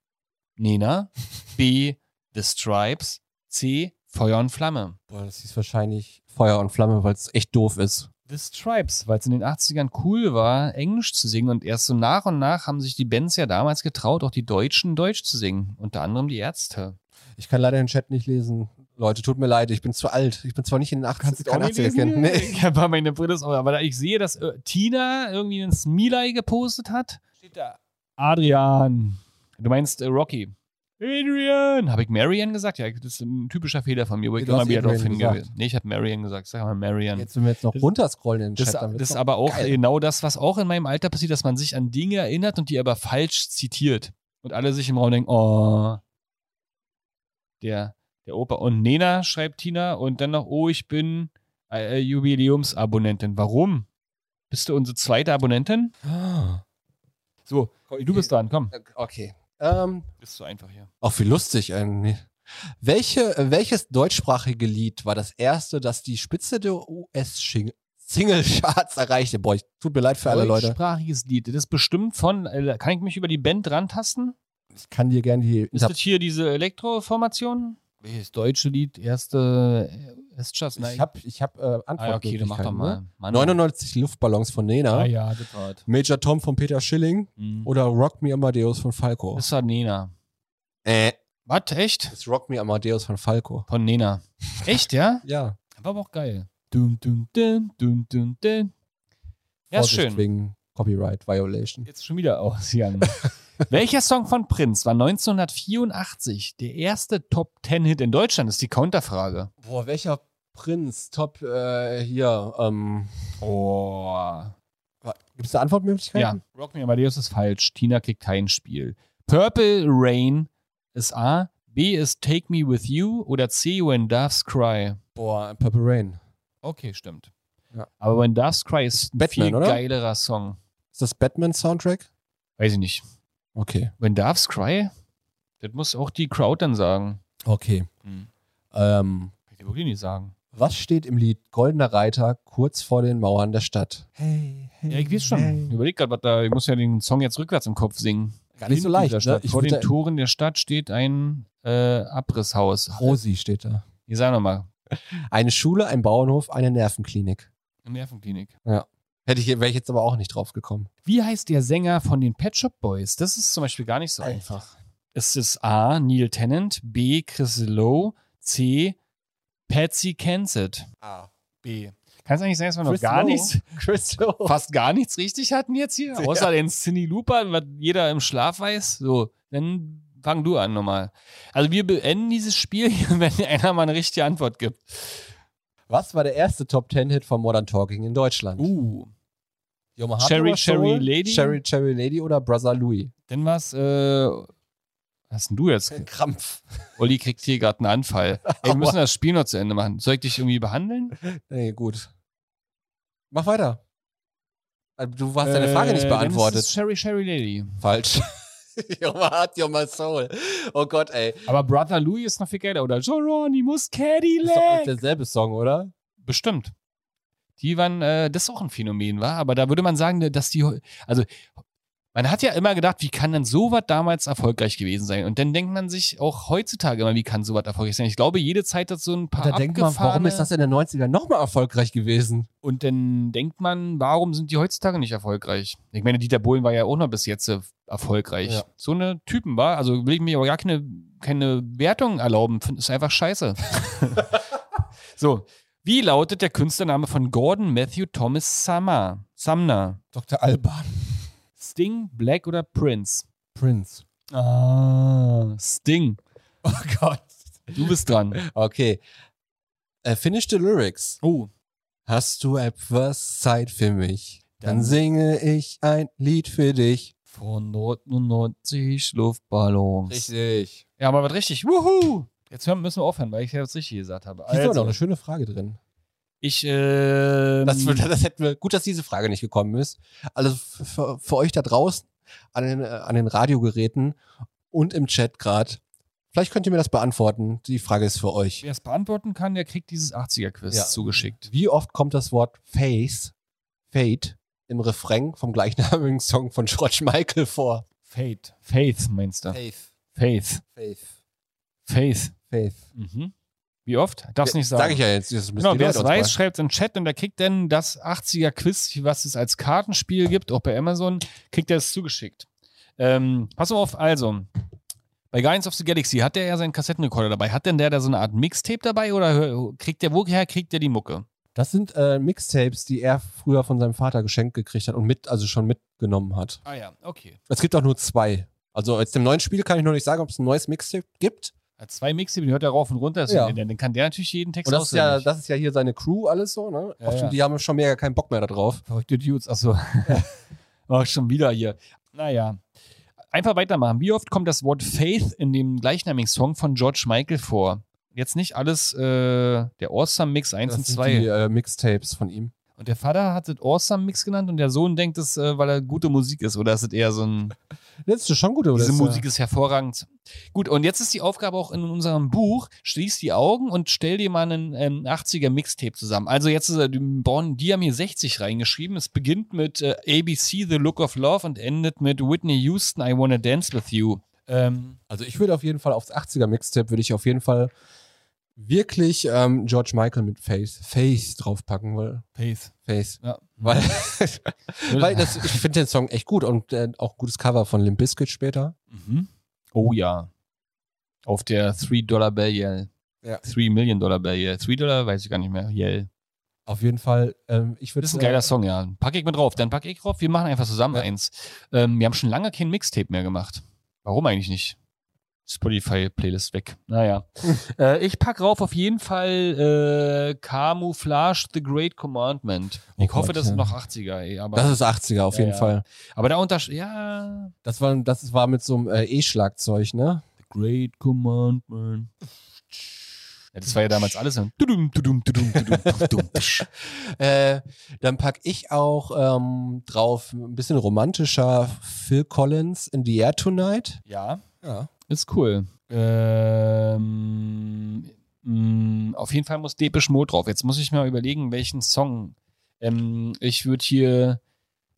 B: Nena. B. The Stripes. C. Feuer und Flamme.
A: Boah, das hieß wahrscheinlich Feuer und Flamme, weil es echt doof ist.
B: The Stripes, weil es in den 80ern cool war, Englisch zu singen und erst so nach und nach haben sich die Bands ja damals getraut, auch die Deutschen Deutsch zu singen. Unter anderem die Ärzte.
A: Ich kann leider den Chat nicht lesen. Leute, tut mir leid, ich bin zu alt. Ich bin zwar nicht in den 80 kein 80er Kind. Nee.
B: Ich habe meine Brille ist auch, aber da ich sehe, dass äh, Tina irgendwie einen Smiley gepostet hat. Steht da Adrian. Du meinst äh, Rocky. Adrian. Habe ich Marian gesagt? Ja, das ist ein typischer Fehler von mir, wo
A: Nee,
B: ich
A: du
B: immer
A: hast
B: wieder darauf
A: Adrian
B: hingewiesen.
A: gesagt.
B: Nee, ich habe Marian gesagt. Sag mal Marian.
A: Jetzt, wenn wir jetzt noch
B: Das-
A: runterscrollen in den
B: Das,
A: Chat, dann wird's
B: das ist
A: noch
B: aber auch
A: geil.
B: genau das, was auch in meinem Alter passiert, dass man sich an Dinge erinnert und die aber falsch zitiert. Und alle sich im Raum denken, oh, der, der Opa. Und Nena, schreibt Tina, und dann noch, oh, ich bin äh, äh, Jubiläumsabonnentin. Warum? Bist du unsere zweite Abonnentin?
A: Ah.
B: So, du bist dran, komm.
A: Okay. Ähm,
B: Ist so einfach hier.
A: auch wie lustig eigentlich. Welche, äh, welches deutschsprachige Lied war das erste, das die Spitze der US-Single-Charts erreichte? Boah, ich, tut mir leid für alle Leute.
B: Deutschsprachiges Lied. Das ist bestimmt von, äh, kann ich mich über die Band rantasten?
A: Ich kann dir gerne die.
B: Ist das hier diese Elektroformation? Welches deutsche Lied? Erste äh, Estchas?
A: ich habe ich hab, äh,
B: Ah, ja, okay, dann mach doch mal. Mann,
A: 99 Luftballons von Nena,
B: Ah, ja, das war das.
A: Major Tom von Peter Schilling
B: Mhm.
A: oder Rock Me Amadeus von Falco.
B: Das war Nena.
A: äh,
B: Was? Echt?
A: ist Rock Me Amadeus von Falco.
B: Von Nena. Echt, ja?
A: Ja.
B: War aber auch geil. Dum, dum, dum, dum, dum, dum. Ja, ist
A: Vorsicht
B: schön.
A: Wegen Copyright Violation.
B: Jetzt schon wieder ausgegangen. Welcher Song von Prinz war 1984 der erste Top 10 Hit in Deutschland? Das ist die Counterfrage.
A: Boah, welcher Prinz? Top äh, hier. Ähm,
B: Oh.
A: Gibt es eine Antwortmöglichkeit?
B: Ja. Rock Me Amadeus ist falsch. Tina kriegt kein Spiel. Purple Rain ist A. B ist Take Me With You oder C When Doves Cry.
A: Boah, Purple Rain.
B: Okay, stimmt.
A: Ja.
B: Aber When Doves Cry ist ein
A: Batman,
B: viel
A: oder?
B: geilerer Song.
A: Ist das Batman-Soundtrack?
B: Weiß ich nicht.
A: Okay.
B: When Doves Cry? Das muss auch die Crowd dann sagen.
A: Okay.
B: Mhm.
A: Ähm,
B: Kann ich dir wirklich nicht sagen.
A: was steht im Lied Goldener Reiter kurz vor den Mauern der Stadt? Hey, hey.
B: Ja, ich weiß schon. Überleg grad, was da. Ich muss ja den Song jetzt rückwärts im Kopf singen.
A: Gar nicht so
B: In
A: leicht,
B: dieser
A: ne?
B: Stadt.
A: Ich
B: Vor
A: würd
B: den
A: da-
B: Toren der Stadt steht ein äh, Abrisshaus.
A: Rosi steht da.
B: Ich sag nochmal.
A: Eine Schule, ein Bauernhof, eine Nervenklinik.
B: Nervenklinik.
A: Hätte ich, wäre ich jetzt aber auch nicht drauf gekommen.
B: Wie heißt der Sänger von den Pet Shop Boys? Das ist zum Beispiel gar nicht so
A: Alter.
B: einfach. Es ist A. Neil Tennant, B. Chris Lowe, C. Patsy Kensit.
A: Ah.
B: B. Kann es eigentlich sein, dass wir noch
A: Chris
B: gar
A: Lowe?
B: nichts,
A: Chris Lowe.
B: fast gar nichts richtig hatten jetzt hier?
A: Ja.
B: Außer den Cindy Looper, was jeder im Schlaf weiß. So, dann fang du an nochmal. Also wir beenden dieses Spiel hier, wenn einer mal eine richtige Antwort gibt.
A: Was war der erste Top Ten Hit von Modern Talking in Deutschland?
B: Uh.
A: Yoma
B: Cherry,
A: Hardware Soul,
B: Cherry Lady?
A: Cherry Cherry Lady oder Brother Louie?
B: Dann was, äh, was hast denn du
A: Äh,
B: jetzt?
A: Krampf.
B: Olli kriegt hier gerade einen Anfall. Ey, wir müssen das Spiel noch zu Ende machen. Soll ich dich irgendwie behandeln?
A: Nee, gut. Mach weiter. Also, Du hast deine Frage nicht
B: Äh, Dann
A: beantwortet.
B: ist es Sherry Sherry Lady.
A: Falsch. Your heart, your my soul. Oh Gott, ey.
B: Aber Brother Louis ist noch viel geiler. Oder Geronimus
A: Ist doch
B: Cadillac.
A: derselbe Song, oder?
B: Bestimmt. Die waren, äh, das ist auch ein Phänomen, war. Aber da würde man sagen, ne, dass die, heu- also man hat ja immer gedacht, wie kann denn sowas damals erfolgreich gewesen sein? Und dann denkt man sich auch heutzutage immer, wie kann sowas erfolgreich sein? Ich glaube, jede Zeit hat so ein paar
A: Da denkt man, warum
B: abgefahrene-
A: ist das in den 90ern nochmal erfolgreich gewesen?
B: Und dann denkt man, warum sind die heutzutage nicht erfolgreich? Ich meine, Dieter Bohlen war ja auch noch bis jetzt äh, erfolgreich.
A: Ja.
B: So eine Typen war, also will ich mir aber gar keine, keine Wertung erlauben, Find- ist einfach scheiße. so, wie lautet der Künstlername von Gordon Matthew Thomas Summer? Sumner?
A: Dr. Alban.
B: Sting, Black oder Prince?
A: Prince.
B: Ah, Sting.
A: Oh Gott.
B: Du bist dran.
A: Okay. Äh, finish the lyrics.
B: Oh,
A: Hast du etwas Zeit für mich? Dann
B: Dann-
A: singe ich ein Lied für dich.
B: von 99 Luftballons.
A: Richtig.
B: Ja, aber was richtig. Wuhu! Jetzt hören, müssen wir aufhören, weil ich ja was richtig gesagt habe.
A: Hier ist auch noch
B: Also,
A: eine schöne Frage drin.
B: ich, ähm,
A: Das, wird- das hätten wir, gut, dass diese Frage nicht gekommen ist. Also f- für, für euch da draußen an den, äh, an den Radiogeräten und im Chat gerade. Vielleicht könnt ihr mir das beantworten. Die Frage ist für euch.
B: wer es beantworten kann, der kriegt dieses 80er-Quiz
A: Ja.
B: zugeschickt.
A: Wie oft kommt das Wort Face, Fate, im Refrain vom gleichnamigen Song von George Michael vor?
B: Faith. Faith meinst du?
A: Faith,
B: Faith.
A: Faith,
B: Faith.
A: Faith.
B: Mhm. Wie oft? Darfst nicht sagen.
A: Sag ich ja jetzt. Das müssen
B: Genau,
A: die
B: wer
A: Leute
B: es
A: uns
B: weiß,
A: mal-
B: schreibt in den Chat und der kriegt dann das 80er-Quiz, was es als Kartenspiel gibt, auch bei Amazon, kriegt er es zugeschickt. Ähm, pass mal auf, also, bei Guardians of the Galaxy hat der ja seinen Kassettenrekorder dabei. Hat denn der da so eine Art Mixtape dabei oder hör- kriegt der, woher kriegt der die Mucke?
A: Das sind äh, Mixtapes, die er früher von seinem Vater geschenkt gekriegt hat und mit, also schon mit genommen hat.
B: Ah ja, okay.
A: Es gibt auch nur zwei. Also jetzt im neuen Spiel kann ich noch nicht sagen, ob es ein neues Mixtape gibt.
B: Hat zwei Mixe, die hört er rauf und runter.
A: Ja.
B: Dann dann kann der natürlich jeden Text
A: Und das ist, ja,
B: auswendig.
A: das ist ja hier seine Crew alles so, ne?
B: Ja,
A: Oft-
B: ja.
A: Die haben schon mega keinen Bock mehr da drauf.
B: Verrückte Dudes, achso. War schon wieder hier. Naja. Einfach weitermachen. Wie oft kommt das Wort Faith in dem gleichnamigen Song von George Michael vor? Jetzt nicht alles äh, der Awesome Mix 1
A: das
B: und
A: sind
B: 2.
A: die äh, Mixtapes von ihm.
B: Und der Vater hat es Awesome Mix genannt und der Sohn denkt es, äh, weil er gute Musik ist. Oder ist es eher so ein.
A: Das ist schon gut, oder?
B: Diese
A: Das ist, äh,
B: Musik ist hervorragend. Gut, und jetzt ist die Aufgabe auch in unserem Buch: schließ die Augen und stell dir mal einen ähm, 80er Mixtape zusammen. Also, jetzt ist er, die, Born, die haben hier 60 reingeschrieben. Es beginnt mit äh, ABC, The Look of Love und endet mit Whitney Houston, I Wanna Dance with You. Ähm,
A: Also ich würde auf jeden Fall aufs 80er Mixtape würde ich auf jeden Fall wirklich ähm, George Michael mit Face Face draufpacken, weil
B: Faith.
A: Face,
B: Ja.
A: weil, weil das, ich finde den Song echt gut und äh, auch gutes Cover von Limp Bizkit später.
B: Mhm. Oh ja. Auf der 3-Dollar-Bill Yell.
A: Ja.
B: 3 Million Dollar Bill Yell. 3 Dollar weiß ich gar nicht mehr. Yell.
A: Auf jeden Fall, ähm, ich würde
B: Das ist ein geiler Song, ja. Pack ich mit drauf, dann pack ich drauf. Wir machen einfach zusammen
A: Ja.
B: eins. Ähm, wir haben schon lange kein Mixtape mehr gemacht. Warum eigentlich nicht? Spotify-Playlist weg. Naja. äh, ich pack rauf auf jeden Fall äh, Camouflage The Great Commandment.
A: Oh
B: Ich hoffe,
A: Gott,
B: das
A: ja.
B: sind noch 80er, ey, aber,
A: Das ist 80er auf
B: Ja,
A: jeden
B: ja.
A: Fall.
B: aber da unterschied. Ja.
A: Das war, das war mit so einem äh, E-Schlagzeug, ne?
B: The Great Commandment. Ja, das war ja damals alles. ne? so ein Tudum, tudum, tudum, tudum, tudum, tsch.
A: Äh, dann packe ich auch ähm, drauf ein bisschen romantischer Phil Collins in the Air Tonight.
B: ja.
A: Ja.
B: Ist cool. Ähm, mh, auf jeden Fall muss Depeche Mode drauf. Jetzt muss ich mir mal überlegen, welchen Song. Ähm, ich würde hier.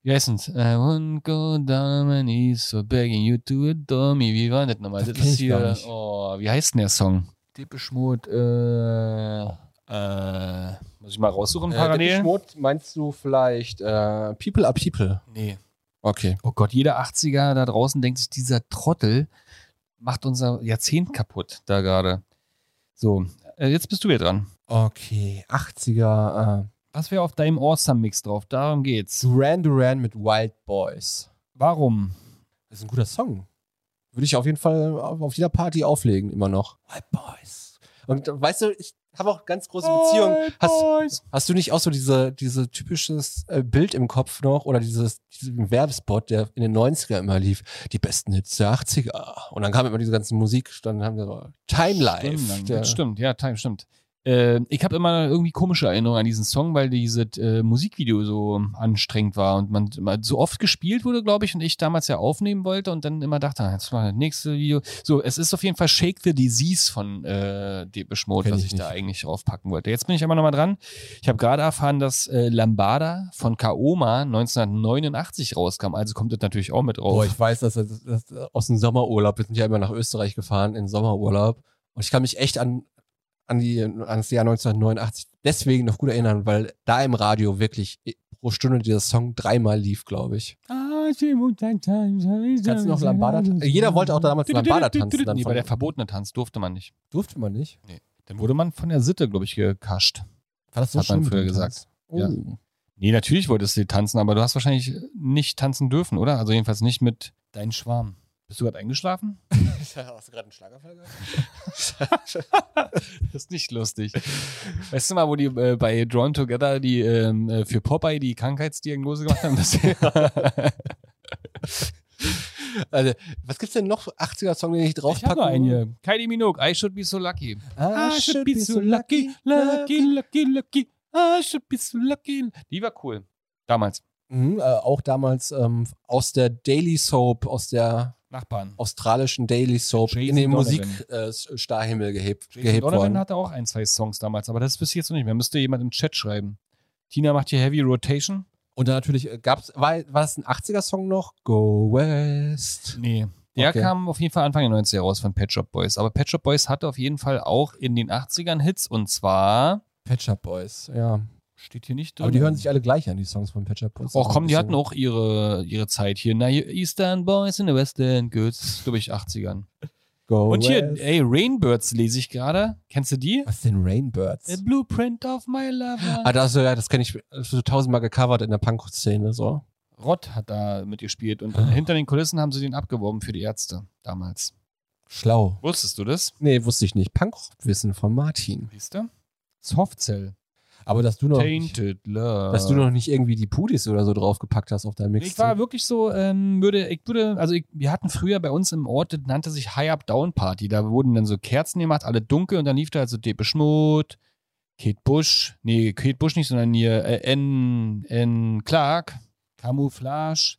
B: Wie heißt denn? I won't go down on my knees for begging you to adore me. Wie war das nochmal?
A: Das kenn ich gar nicht.
B: Oh, wie heißt denn der Song? Depeche Mode. Äh, äh, muss ich mal raussuchen
A: Äh,
B: parallel?
A: Mode meinst du vielleicht äh, People are People?
B: nee.
A: Okay.
B: Oh Gott, jeder 80er da draußen denkt sich, dieser Trottel macht unser Jahrzehnt kaputt da gerade. So, äh, jetzt bist du ja dran.
A: Okay, 80er. Äh,
B: Was wäre auf deinem Awesome-Mix drauf? Darum geht's.
A: Duran Duran mit Wild Boys.
B: Warum?
A: Das ist ein guter Song. Würde ich auf jeden Fall auf auf jeder Party auflegen, immer noch. Wild Boys. Und äh, weißt du, ich habe auch ganz große Beziehungen. Hast, Hast du nicht auch so diese, diese typisches äh, Bild im Kopf noch oder dieses, diesen Werbespot, der in den 90er immer lief, die besten Hits der 80er? Und dann kam immer diese ganze Musik, dann haben wir so Time Life.
B: Stimmt,
A: der-
B: das stimmt, ja, Time, stimmt. Äh, ich habe immer irgendwie komische Erinnerungen an diesen Song, weil dieses äh, Musikvideo so anstrengend war und man immer so oft gespielt wurde, glaube ich, und ich damals ja aufnehmen wollte und dann immer dachte, ah, jetzt mal das nächste Video. So, es ist auf jeden Fall Shake the Disease von äh, Depeche Mode,
A: Kenn
B: was
A: ich
B: ich da
A: nicht.
B: eigentlich draufpacken wollte. Jetzt bin ich aber nochmal dran. Ich habe gerade erfahren, dass äh, Lambada von Kaoma 1989 rauskam, also kommt das natürlich auch mit
A: Boah,
B: drauf.
A: ich weiß, dass das, das aus dem Sommerurlaub, wir sind ja immer nach Österreich gefahren, in den Sommerurlaub. Und ich kann mich echt an, an, die, an das Jahr 1989 deswegen noch gut erinnern, weil da im Radio wirklich pro Stunde dieser Song dreimal lief, glaube ich.
B: Ah,
A: Kannst
B: Kannst
A: du noch Lambada tanzen? Jeder wollte auch damals Lambada tanzen. Dann
B: Nee, bei
A: von,
B: der verbotene Tanz durfte man nicht.
A: durfte man nicht.
B: Dann wurde man von der Sitte, glaube ich, gekascht.
A: War das
B: Hat man
A: schlimm mit
B: früher
A: dem
B: gesagt.
A: Tanz? Oh.
B: Ja. Nee, natürlich wolltest du tanzen, aber du hast wahrscheinlich nicht tanzen dürfen, oder? Also jedenfalls nicht mit deinen Schwarm. Bist du gerade eingeschlafen?
A: Hast du gerade einen Schlagerfall gehabt?
B: Das ist nicht lustig. Weißt du mal, wo die äh, bei Drawn Together die ähm, äh, für Popeye die Krankheitsdiagnose gemacht haben? Das
A: Also, was gibt's denn noch 80er Song, den ich
B: ich habe
A: draufpacken?
B: einen hier. Ah, Kylie Minogue, I should be so lucky.
A: I should be so lucky,
B: lucky, lucky, lucky. I should be so lucky. Die war cool. Damals.
A: Mhm, äh, auch damals ähm, aus der Daily Soap, aus der
B: Nachbarn.
A: australischen Daily Soap
B: Jason
A: in den
B: Donovan.
A: Musikstarhimmel äh, Starhimmel gehebt,
B: Jason
A: gehebt
B: Donovan
A: worden.
B: hatte auch ein, zwei Songs damals, aber das wisst ihr jetzt noch nicht mehr. Müsste jemand im Chat schreiben. Tina macht hier Heavy Rotation?
A: Und dann natürlich äh, gab's, war, war das ein 80er Song noch? Go West.
B: Nee. Der
A: Okay.
B: kam auf jeden Fall Anfang der 90er raus von Pet Shop Boys. Aber Pet Shop Boys hatte auf jeden Fall auch in den 80ern Hits und zwar.
A: Pet Shop Boys, ja.
B: Steht hier nicht drin.
A: Aber die hören sich alle gleich an, die Songs von Pet Shop Boys.
B: Och Oh, komm, die
A: Also ein
B: hatten auch ihre, ihre Zeit hier. Na, hier Eastern Boys in the Western Girls, glaube ich, 80ern.
A: bisschen Go
B: Und hier,
A: West.
B: ey, Rainbirds lese ich gerade. Kennst du die?
A: Was denn Rainbirds?
B: The Blueprint of My Lover.
A: Ah, das, ja, das kenne ich das wird so tausendmal gecovert in der Punk-Szene, so.
B: Rott hat da mitgespielt und hinter den Kulissen haben sie den abgeworben für die Ärzte damals.
A: Schlau.
B: Wusstest du das?
A: Nee, wusste ich nicht. Punkwissen von Martin.
B: Siehst du? Softcell.
A: Aber dass du noch, nicht, äh,
B: Tainted Love.
A: dass du noch nicht irgendwie die Pudis oder so draufgepackt hast auf deinem Mix.
B: ich war wirklich so, ähm, würde, ich würde, also ich, wir hatten früher bei uns im Ort, das nannte sich High Up Down Party. Da wurden dann so Kerzen gemacht, alle dunkel und dann lief da also Depe Schmut, Kate Bush, nee, Kate Bush nicht, sondern hier äh, N, N Clark, Camouflage,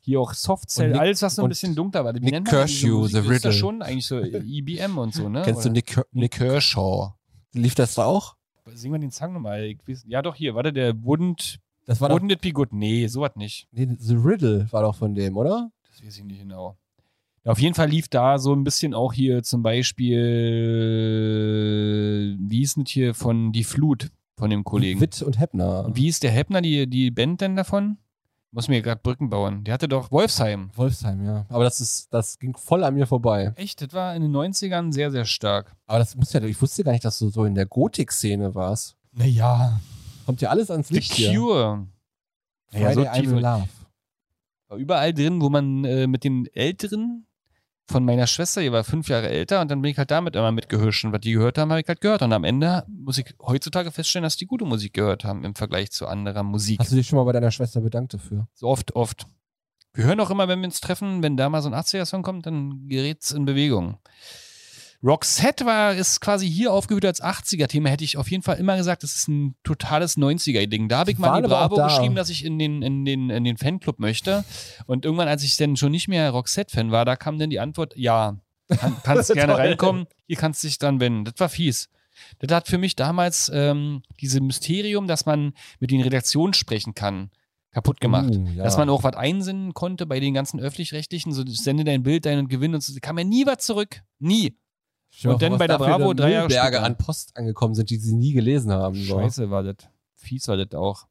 B: hier auch
A: Und
B: Softcell,
A: Nick-
B: alles, was so ein
A: und
B: bisschen dunkler war. Wie
A: Nick
B: nennt man diese
A: Kershaw,
B: Musik?
A: The
B: Das Ist ja
A: Riddle.
B: schon eigentlich so IBM und so, ne?
A: Kennst du
B: Oder-
A: Nick, Ker-
B: Nick
A: Nick?
B: Kershaw.
A: Lief das da auch?
B: Singen wir den Song nochmal? Ich weiß- Ja, doch, hier, warte, der Wouldn't,
A: Das war doch,
B: wouldn't it be good? Nee, sowas nicht.
A: nee, The Riddle war doch von dem, oder?
B: Das weiß ich nicht genau. Ja, auf jeden Fall lief da so ein bisschen auch hier zum Beispiel, wie ist denn das hier von Die Flut von dem Kollegen?
A: Witt und Heppner.
B: Und wie ist der Heppner, die, die Band denn davon? Muss mir gerade Brücken bauen. Der hatte doch Wolfsheim.
A: Wolfsheim, ja. Aber das ist, das ging voll an mir vorbei.
B: Echt, das war in den 90ern sehr, sehr stark.
A: Aber das muss ja, ich wusste gar nicht, dass du so in der Gotik-Szene warst.
B: Naja,
A: Kommt ja alles ans
B: The
A: Licht hier.
B: Cure. Naja, so
A: Friday I'm
B: tief-
A: in Love.
B: war überall drin, wo man äh, mit den Älteren von meiner Schwester, die war fünf Jahre älter, und dann bin ich halt damit immer mitgehuscht. Und was die gehört haben, habe ich halt gehört. Und am Ende muss ich heutzutage feststellen, dass die gute Musik gehört haben im Vergleich zu anderer Musik.
A: Hast du dich schon mal bei deiner Schwester bedankt dafür?
B: so oft, oft. Wir hören auch immer, wenn wir uns treffen, wenn da mal so ein 80er-Song kommt, dann gerät's in Bewegung. Roxette war, ist quasi hier aufgehört als 80er-Thema, hätte ich auf jeden Fall immer gesagt, das ist ein totales 90er-Ding. Da habe ich
A: Die
B: mal
A: waren
B: die
A: aber auch
B: Bravo
A: da.
B: geschrieben, dass ich in den, in, den, in den Fanclub möchte. Und irgendwann, als ich dann schon nicht mehr Roxette-Fan war, da kam dann die Antwort, ja, kann, kannst gerne
A: Toll.
B: reinkommen, hier kannst dich dran wenden. Das war fies. Das hat für mich damals ähm, dieses Mysterium, dass man mit den Redaktionen sprechen kann, kaputt gemacht.
A: Uh, ja.
B: Dass man auch was einsinnen konnte bei den ganzen Öffentlich-Rechtlichen, so ich sende dein Bild, dein Gewinn und so, da kam ja nie was zurück. Nie.
A: Stell dir
B: und
A: mal
B: dann
A: vor, was da
B: bei der
A: für
B: Bravo drei Jahre
A: Müllberge
B: später.
A: an Post angekommen sind, die sie nie gelesen haben. so.
B: Scheiße war das. Fies war das auch.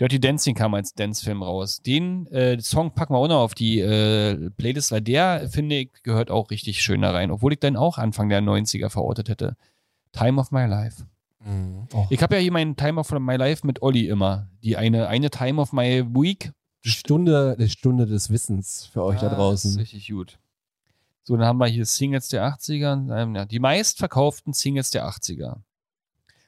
B: Dirty Dancing kam als Dance-Film raus. Den äh, Song packen wir auch noch auf die äh, Playlist, weil der, finde ich, gehört auch richtig schön da rein. Obwohl ich dann auch Anfang der 90er verortet hätte. Time of My Life.
A: Mhm. Oh,
B: Ich habe ja hier meinen Time of My Life mit Olli immer. Die eine, eine Time of My Week.
A: die, Stunde, die Stunde des Wissens für euch da
B: Ah, Das ist
A: draußen.
B: richtig gut. So, dann haben wir hier Singles der 80er. Ähm, ja, Die meistverkauften Singles der 80er.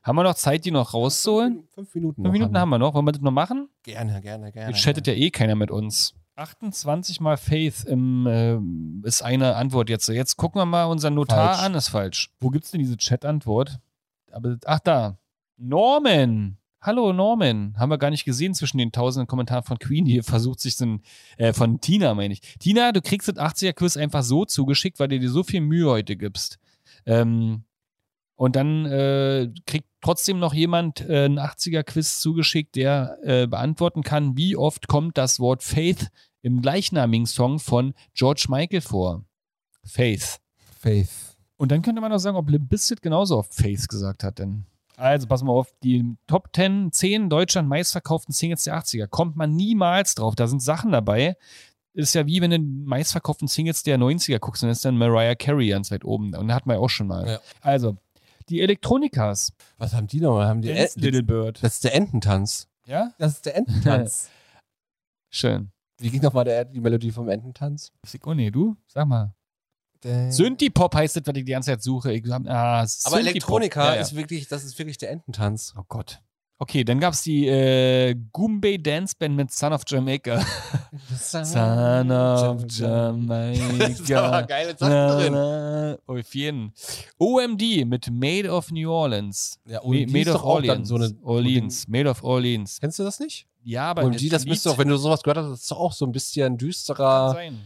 B: Haben wir noch Zeit, die noch rauszuholen?
A: Fünf Minuten.
B: Fünf Minuten haben wir noch. Wollen wir das noch machen?
A: Gerne, gerne, gerne.
B: Jetzt chattet ja eh keiner mit uns. 28 mal Faith im, ähm, ist eine Antwort jetzt. Jetzt gucken wir mal unseren Notar
A: Falsch.
B: an, ist falsch. Wo gibt's denn diese Chat-Antwort? Aber, ach, da. Norman. Hallo Norman. Haben wir gar nicht gesehen zwischen den tausenden Kommentaren von Queen. Hier versucht sich so ein, äh, von Tina, meine ich. Tina, du kriegst das 80er-Quiz einfach so zugeschickt, weil du dir so viel Mühe heute gibst. Ähm, und dann äh, kriegt trotzdem noch jemand äh, ein 80er-Quiz zugeschickt, der äh, beantworten kann, wie oft kommt das Wort Faith im gleichnamigen Song von George Michael vor. Faith.
A: Faith.
B: Und dann könnte man auch sagen, ob Limp Bizkit genauso oft Faith gesagt hat. Denn. Also pass mal auf, die Top 10, 10 Deutschland meistverkauften Singles der 80er kommt man niemals drauf. Da sind Sachen dabei. Ist ja wie wenn du die meistverkauften Singles der 90er guckst, dann ist dann Mariah Carey ganz weit oben. Und hat man ja auch schon mal.
A: Ja.
B: Also, die Elektronikas.
A: Was haben die noch? Haben die
B: Dance
A: Enten-
B: Little Bird.
A: das ist der Ententanz.
B: Ja?
A: Das ist der Ententanz.
B: Schön.
A: Wie ging nochmal der- die Melodie vom Ententanz?
B: Oh nee, du? Sag mal. Synthie-Pop heißt das, was ich die ganze Zeit suche. Ich, hab- ah,
A: Aber
B: Synthie-Pop.
A: Elektronika
B: Ja, ja.
A: ist wirklich, das ist wirklich der Ententanz.
B: Oh Gott. Okay, dann gab es die äh, Goombay Dance Band mit Son of Jamaica.
A: Ah.
B: Son of
A: Das war aber
B: Jamaica.
A: geile Sachen
B: na,
A: drin.
B: na. Auf jeden. OMD mit Made of New Orleans.
A: Ja,
B: Ma-
A: die ist
B: Made of
A: doch auch dann
B: Orleans.
A: so eine.
B: Orleans. Made of Orleans.
A: Kennst du das nicht?
B: Ja, aber
A: OMG, das
B: Lied
A: müsste doch, wenn du sowas gehört hast, das ist doch auch so ein bisschen
B: kann
A: düsterer.
B: sein.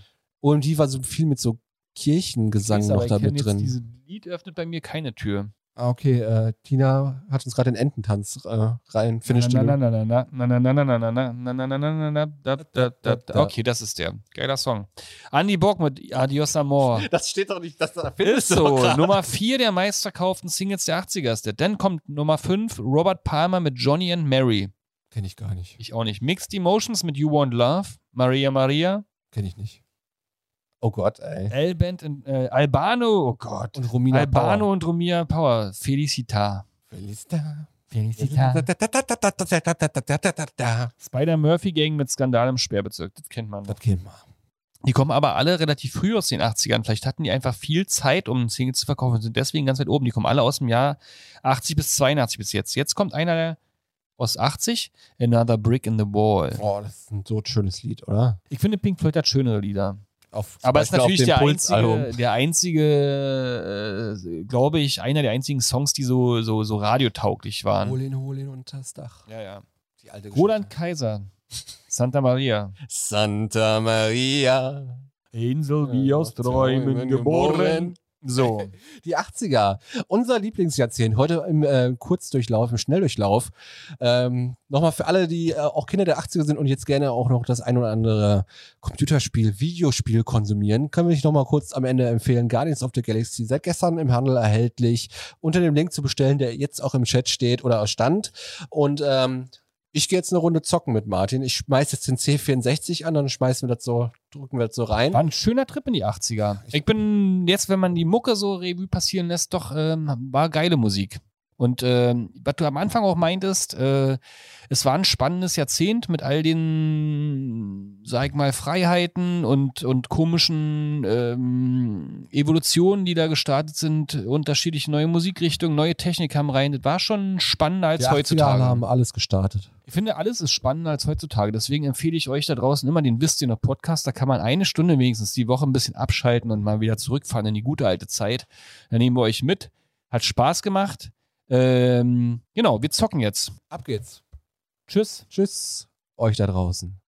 A: OMG war so viel mit so Kirchengesang
B: Siehst du, aber
A: noch
B: ich
A: da
B: kenn
A: mit
B: jetzt
A: drin.
B: Dieses Lied öffnet bei mir keine Tür.
A: Ah, okay, äh, Tina hat uns gerade den Ententanz äh, rein. Finished
B: Na,
A: den-
B: na, na, na, na, na, na, na, na, na, na, na, na, na, na, na, na, da, da, da, da. Okay, das ist der. Geiler Song. Andy Borg mit Adios Amor.
A: Das steht doch nicht, das da
B: Ist
A: findest du doch
B: so.
A: grad.
B: Nummer 4 der meistverkauften Singles der 80er ist der. Dann kommt Nummer 5 Robert Palmer mit Johnny and Mary.
A: Kenn ich gar nicht.
B: Ich auch nicht. Mixed Emotions mit You Want Love. Maria Maria.
A: Kenn ich nicht. Oh Gott, ey.
B: L-Band in, äh, Albano. Oh Gott.
A: Und Romina
B: Albano
A: Power.
B: und Romia Power. Felicita.
A: Felicita.
E: Felicita.
A: Das
B: Spider-Murphy-Gang mit Skandal im Sperrbezirk, das kennt man.
A: kennt man.
B: Die kommen aber alle relativ früh aus den 80ern. Vielleicht hatten die einfach viel Zeit, um Singles zu verkaufen und sind deswegen ganz weit oben. Die kommen alle aus dem Jahr 80 bis 82 bis jetzt. Jetzt kommt einer aus 80, Another Brick in the Wall.
A: Boah, das ist ein so schönes Lied, oder?
B: Ich finde, Pink Floyd hat schönere Lieder.
A: Auf,
B: Aber es
A: zum
B: ist natürlich
A: Beispiel
B: der
A: auf dem
B: einzige,
A: Pulsalbum.
B: der einzige, äh, glaube ich, einer der einzigen Songs, die so, so, so radiotauglich waren.
A: Hol ihn, hol ihn unters Dach.
B: Ja, ja.
A: Die alte Geschichte.
B: Roland Kaiser, Santa Maria.
A: Santa Maria.
B: Insel
A: wie aus Träumen geboren.
B: So,
A: Die 80er, unser Lieblingsjahrzehnt. Heute im äh, Kurzdurchlauf, im Schnelldurchlauf. Ähm, Nochmal für alle, die äh, auch Kinder der 80er sind und jetzt gerne auch noch das ein oder andere Computerspiel, Videospiel konsumieren, können wir euch nochmal kurz am Ende empfehlen. Guardians of the Galaxy, seit gestern im Handel erhältlich, unter dem Link zu bestellen, der jetzt auch im Chat steht oder stand. Und ähm, ich gehe jetzt eine Runde zocken mit Martin. Ich schmeiß jetzt den C64 an, dann schmeißen wir das so, drücken wir das so rein.
B: war ein schöner Trip in die 80er. Ich bin jetzt, wenn man die Mucke so Revue passieren lässt, doch, ähm, war geile Musik. Und ähm, was du am Anfang auch meintest, äh, es war ein spannendes Jahrzehnt mit all den, sag ich mal, Freiheiten und, und komischen ähm, Evolutionen, die da gestartet sind, unterschiedliche neue Musikrichtungen, neue Technik kamen rein. Das war schon spannender als
A: Die 80er
B: heutzutage.
A: haben alles gestartet.
B: Ich finde, alles ist spannender als heutzutage. Deswegen empfehle ich euch da draußen immer den Wisst ihr noch Podcast. Da kann man eine Stunde wenigstens die Woche ein bisschen abschalten und mal wieder zurückfahren in die gute alte Zeit. Da nehmen wir euch mit. Hat Spaß gemacht. Ähm, genau, wir zocken jetzt.
A: Ab geht's.
B: Tschüss.
A: Tschüss euch da draußen.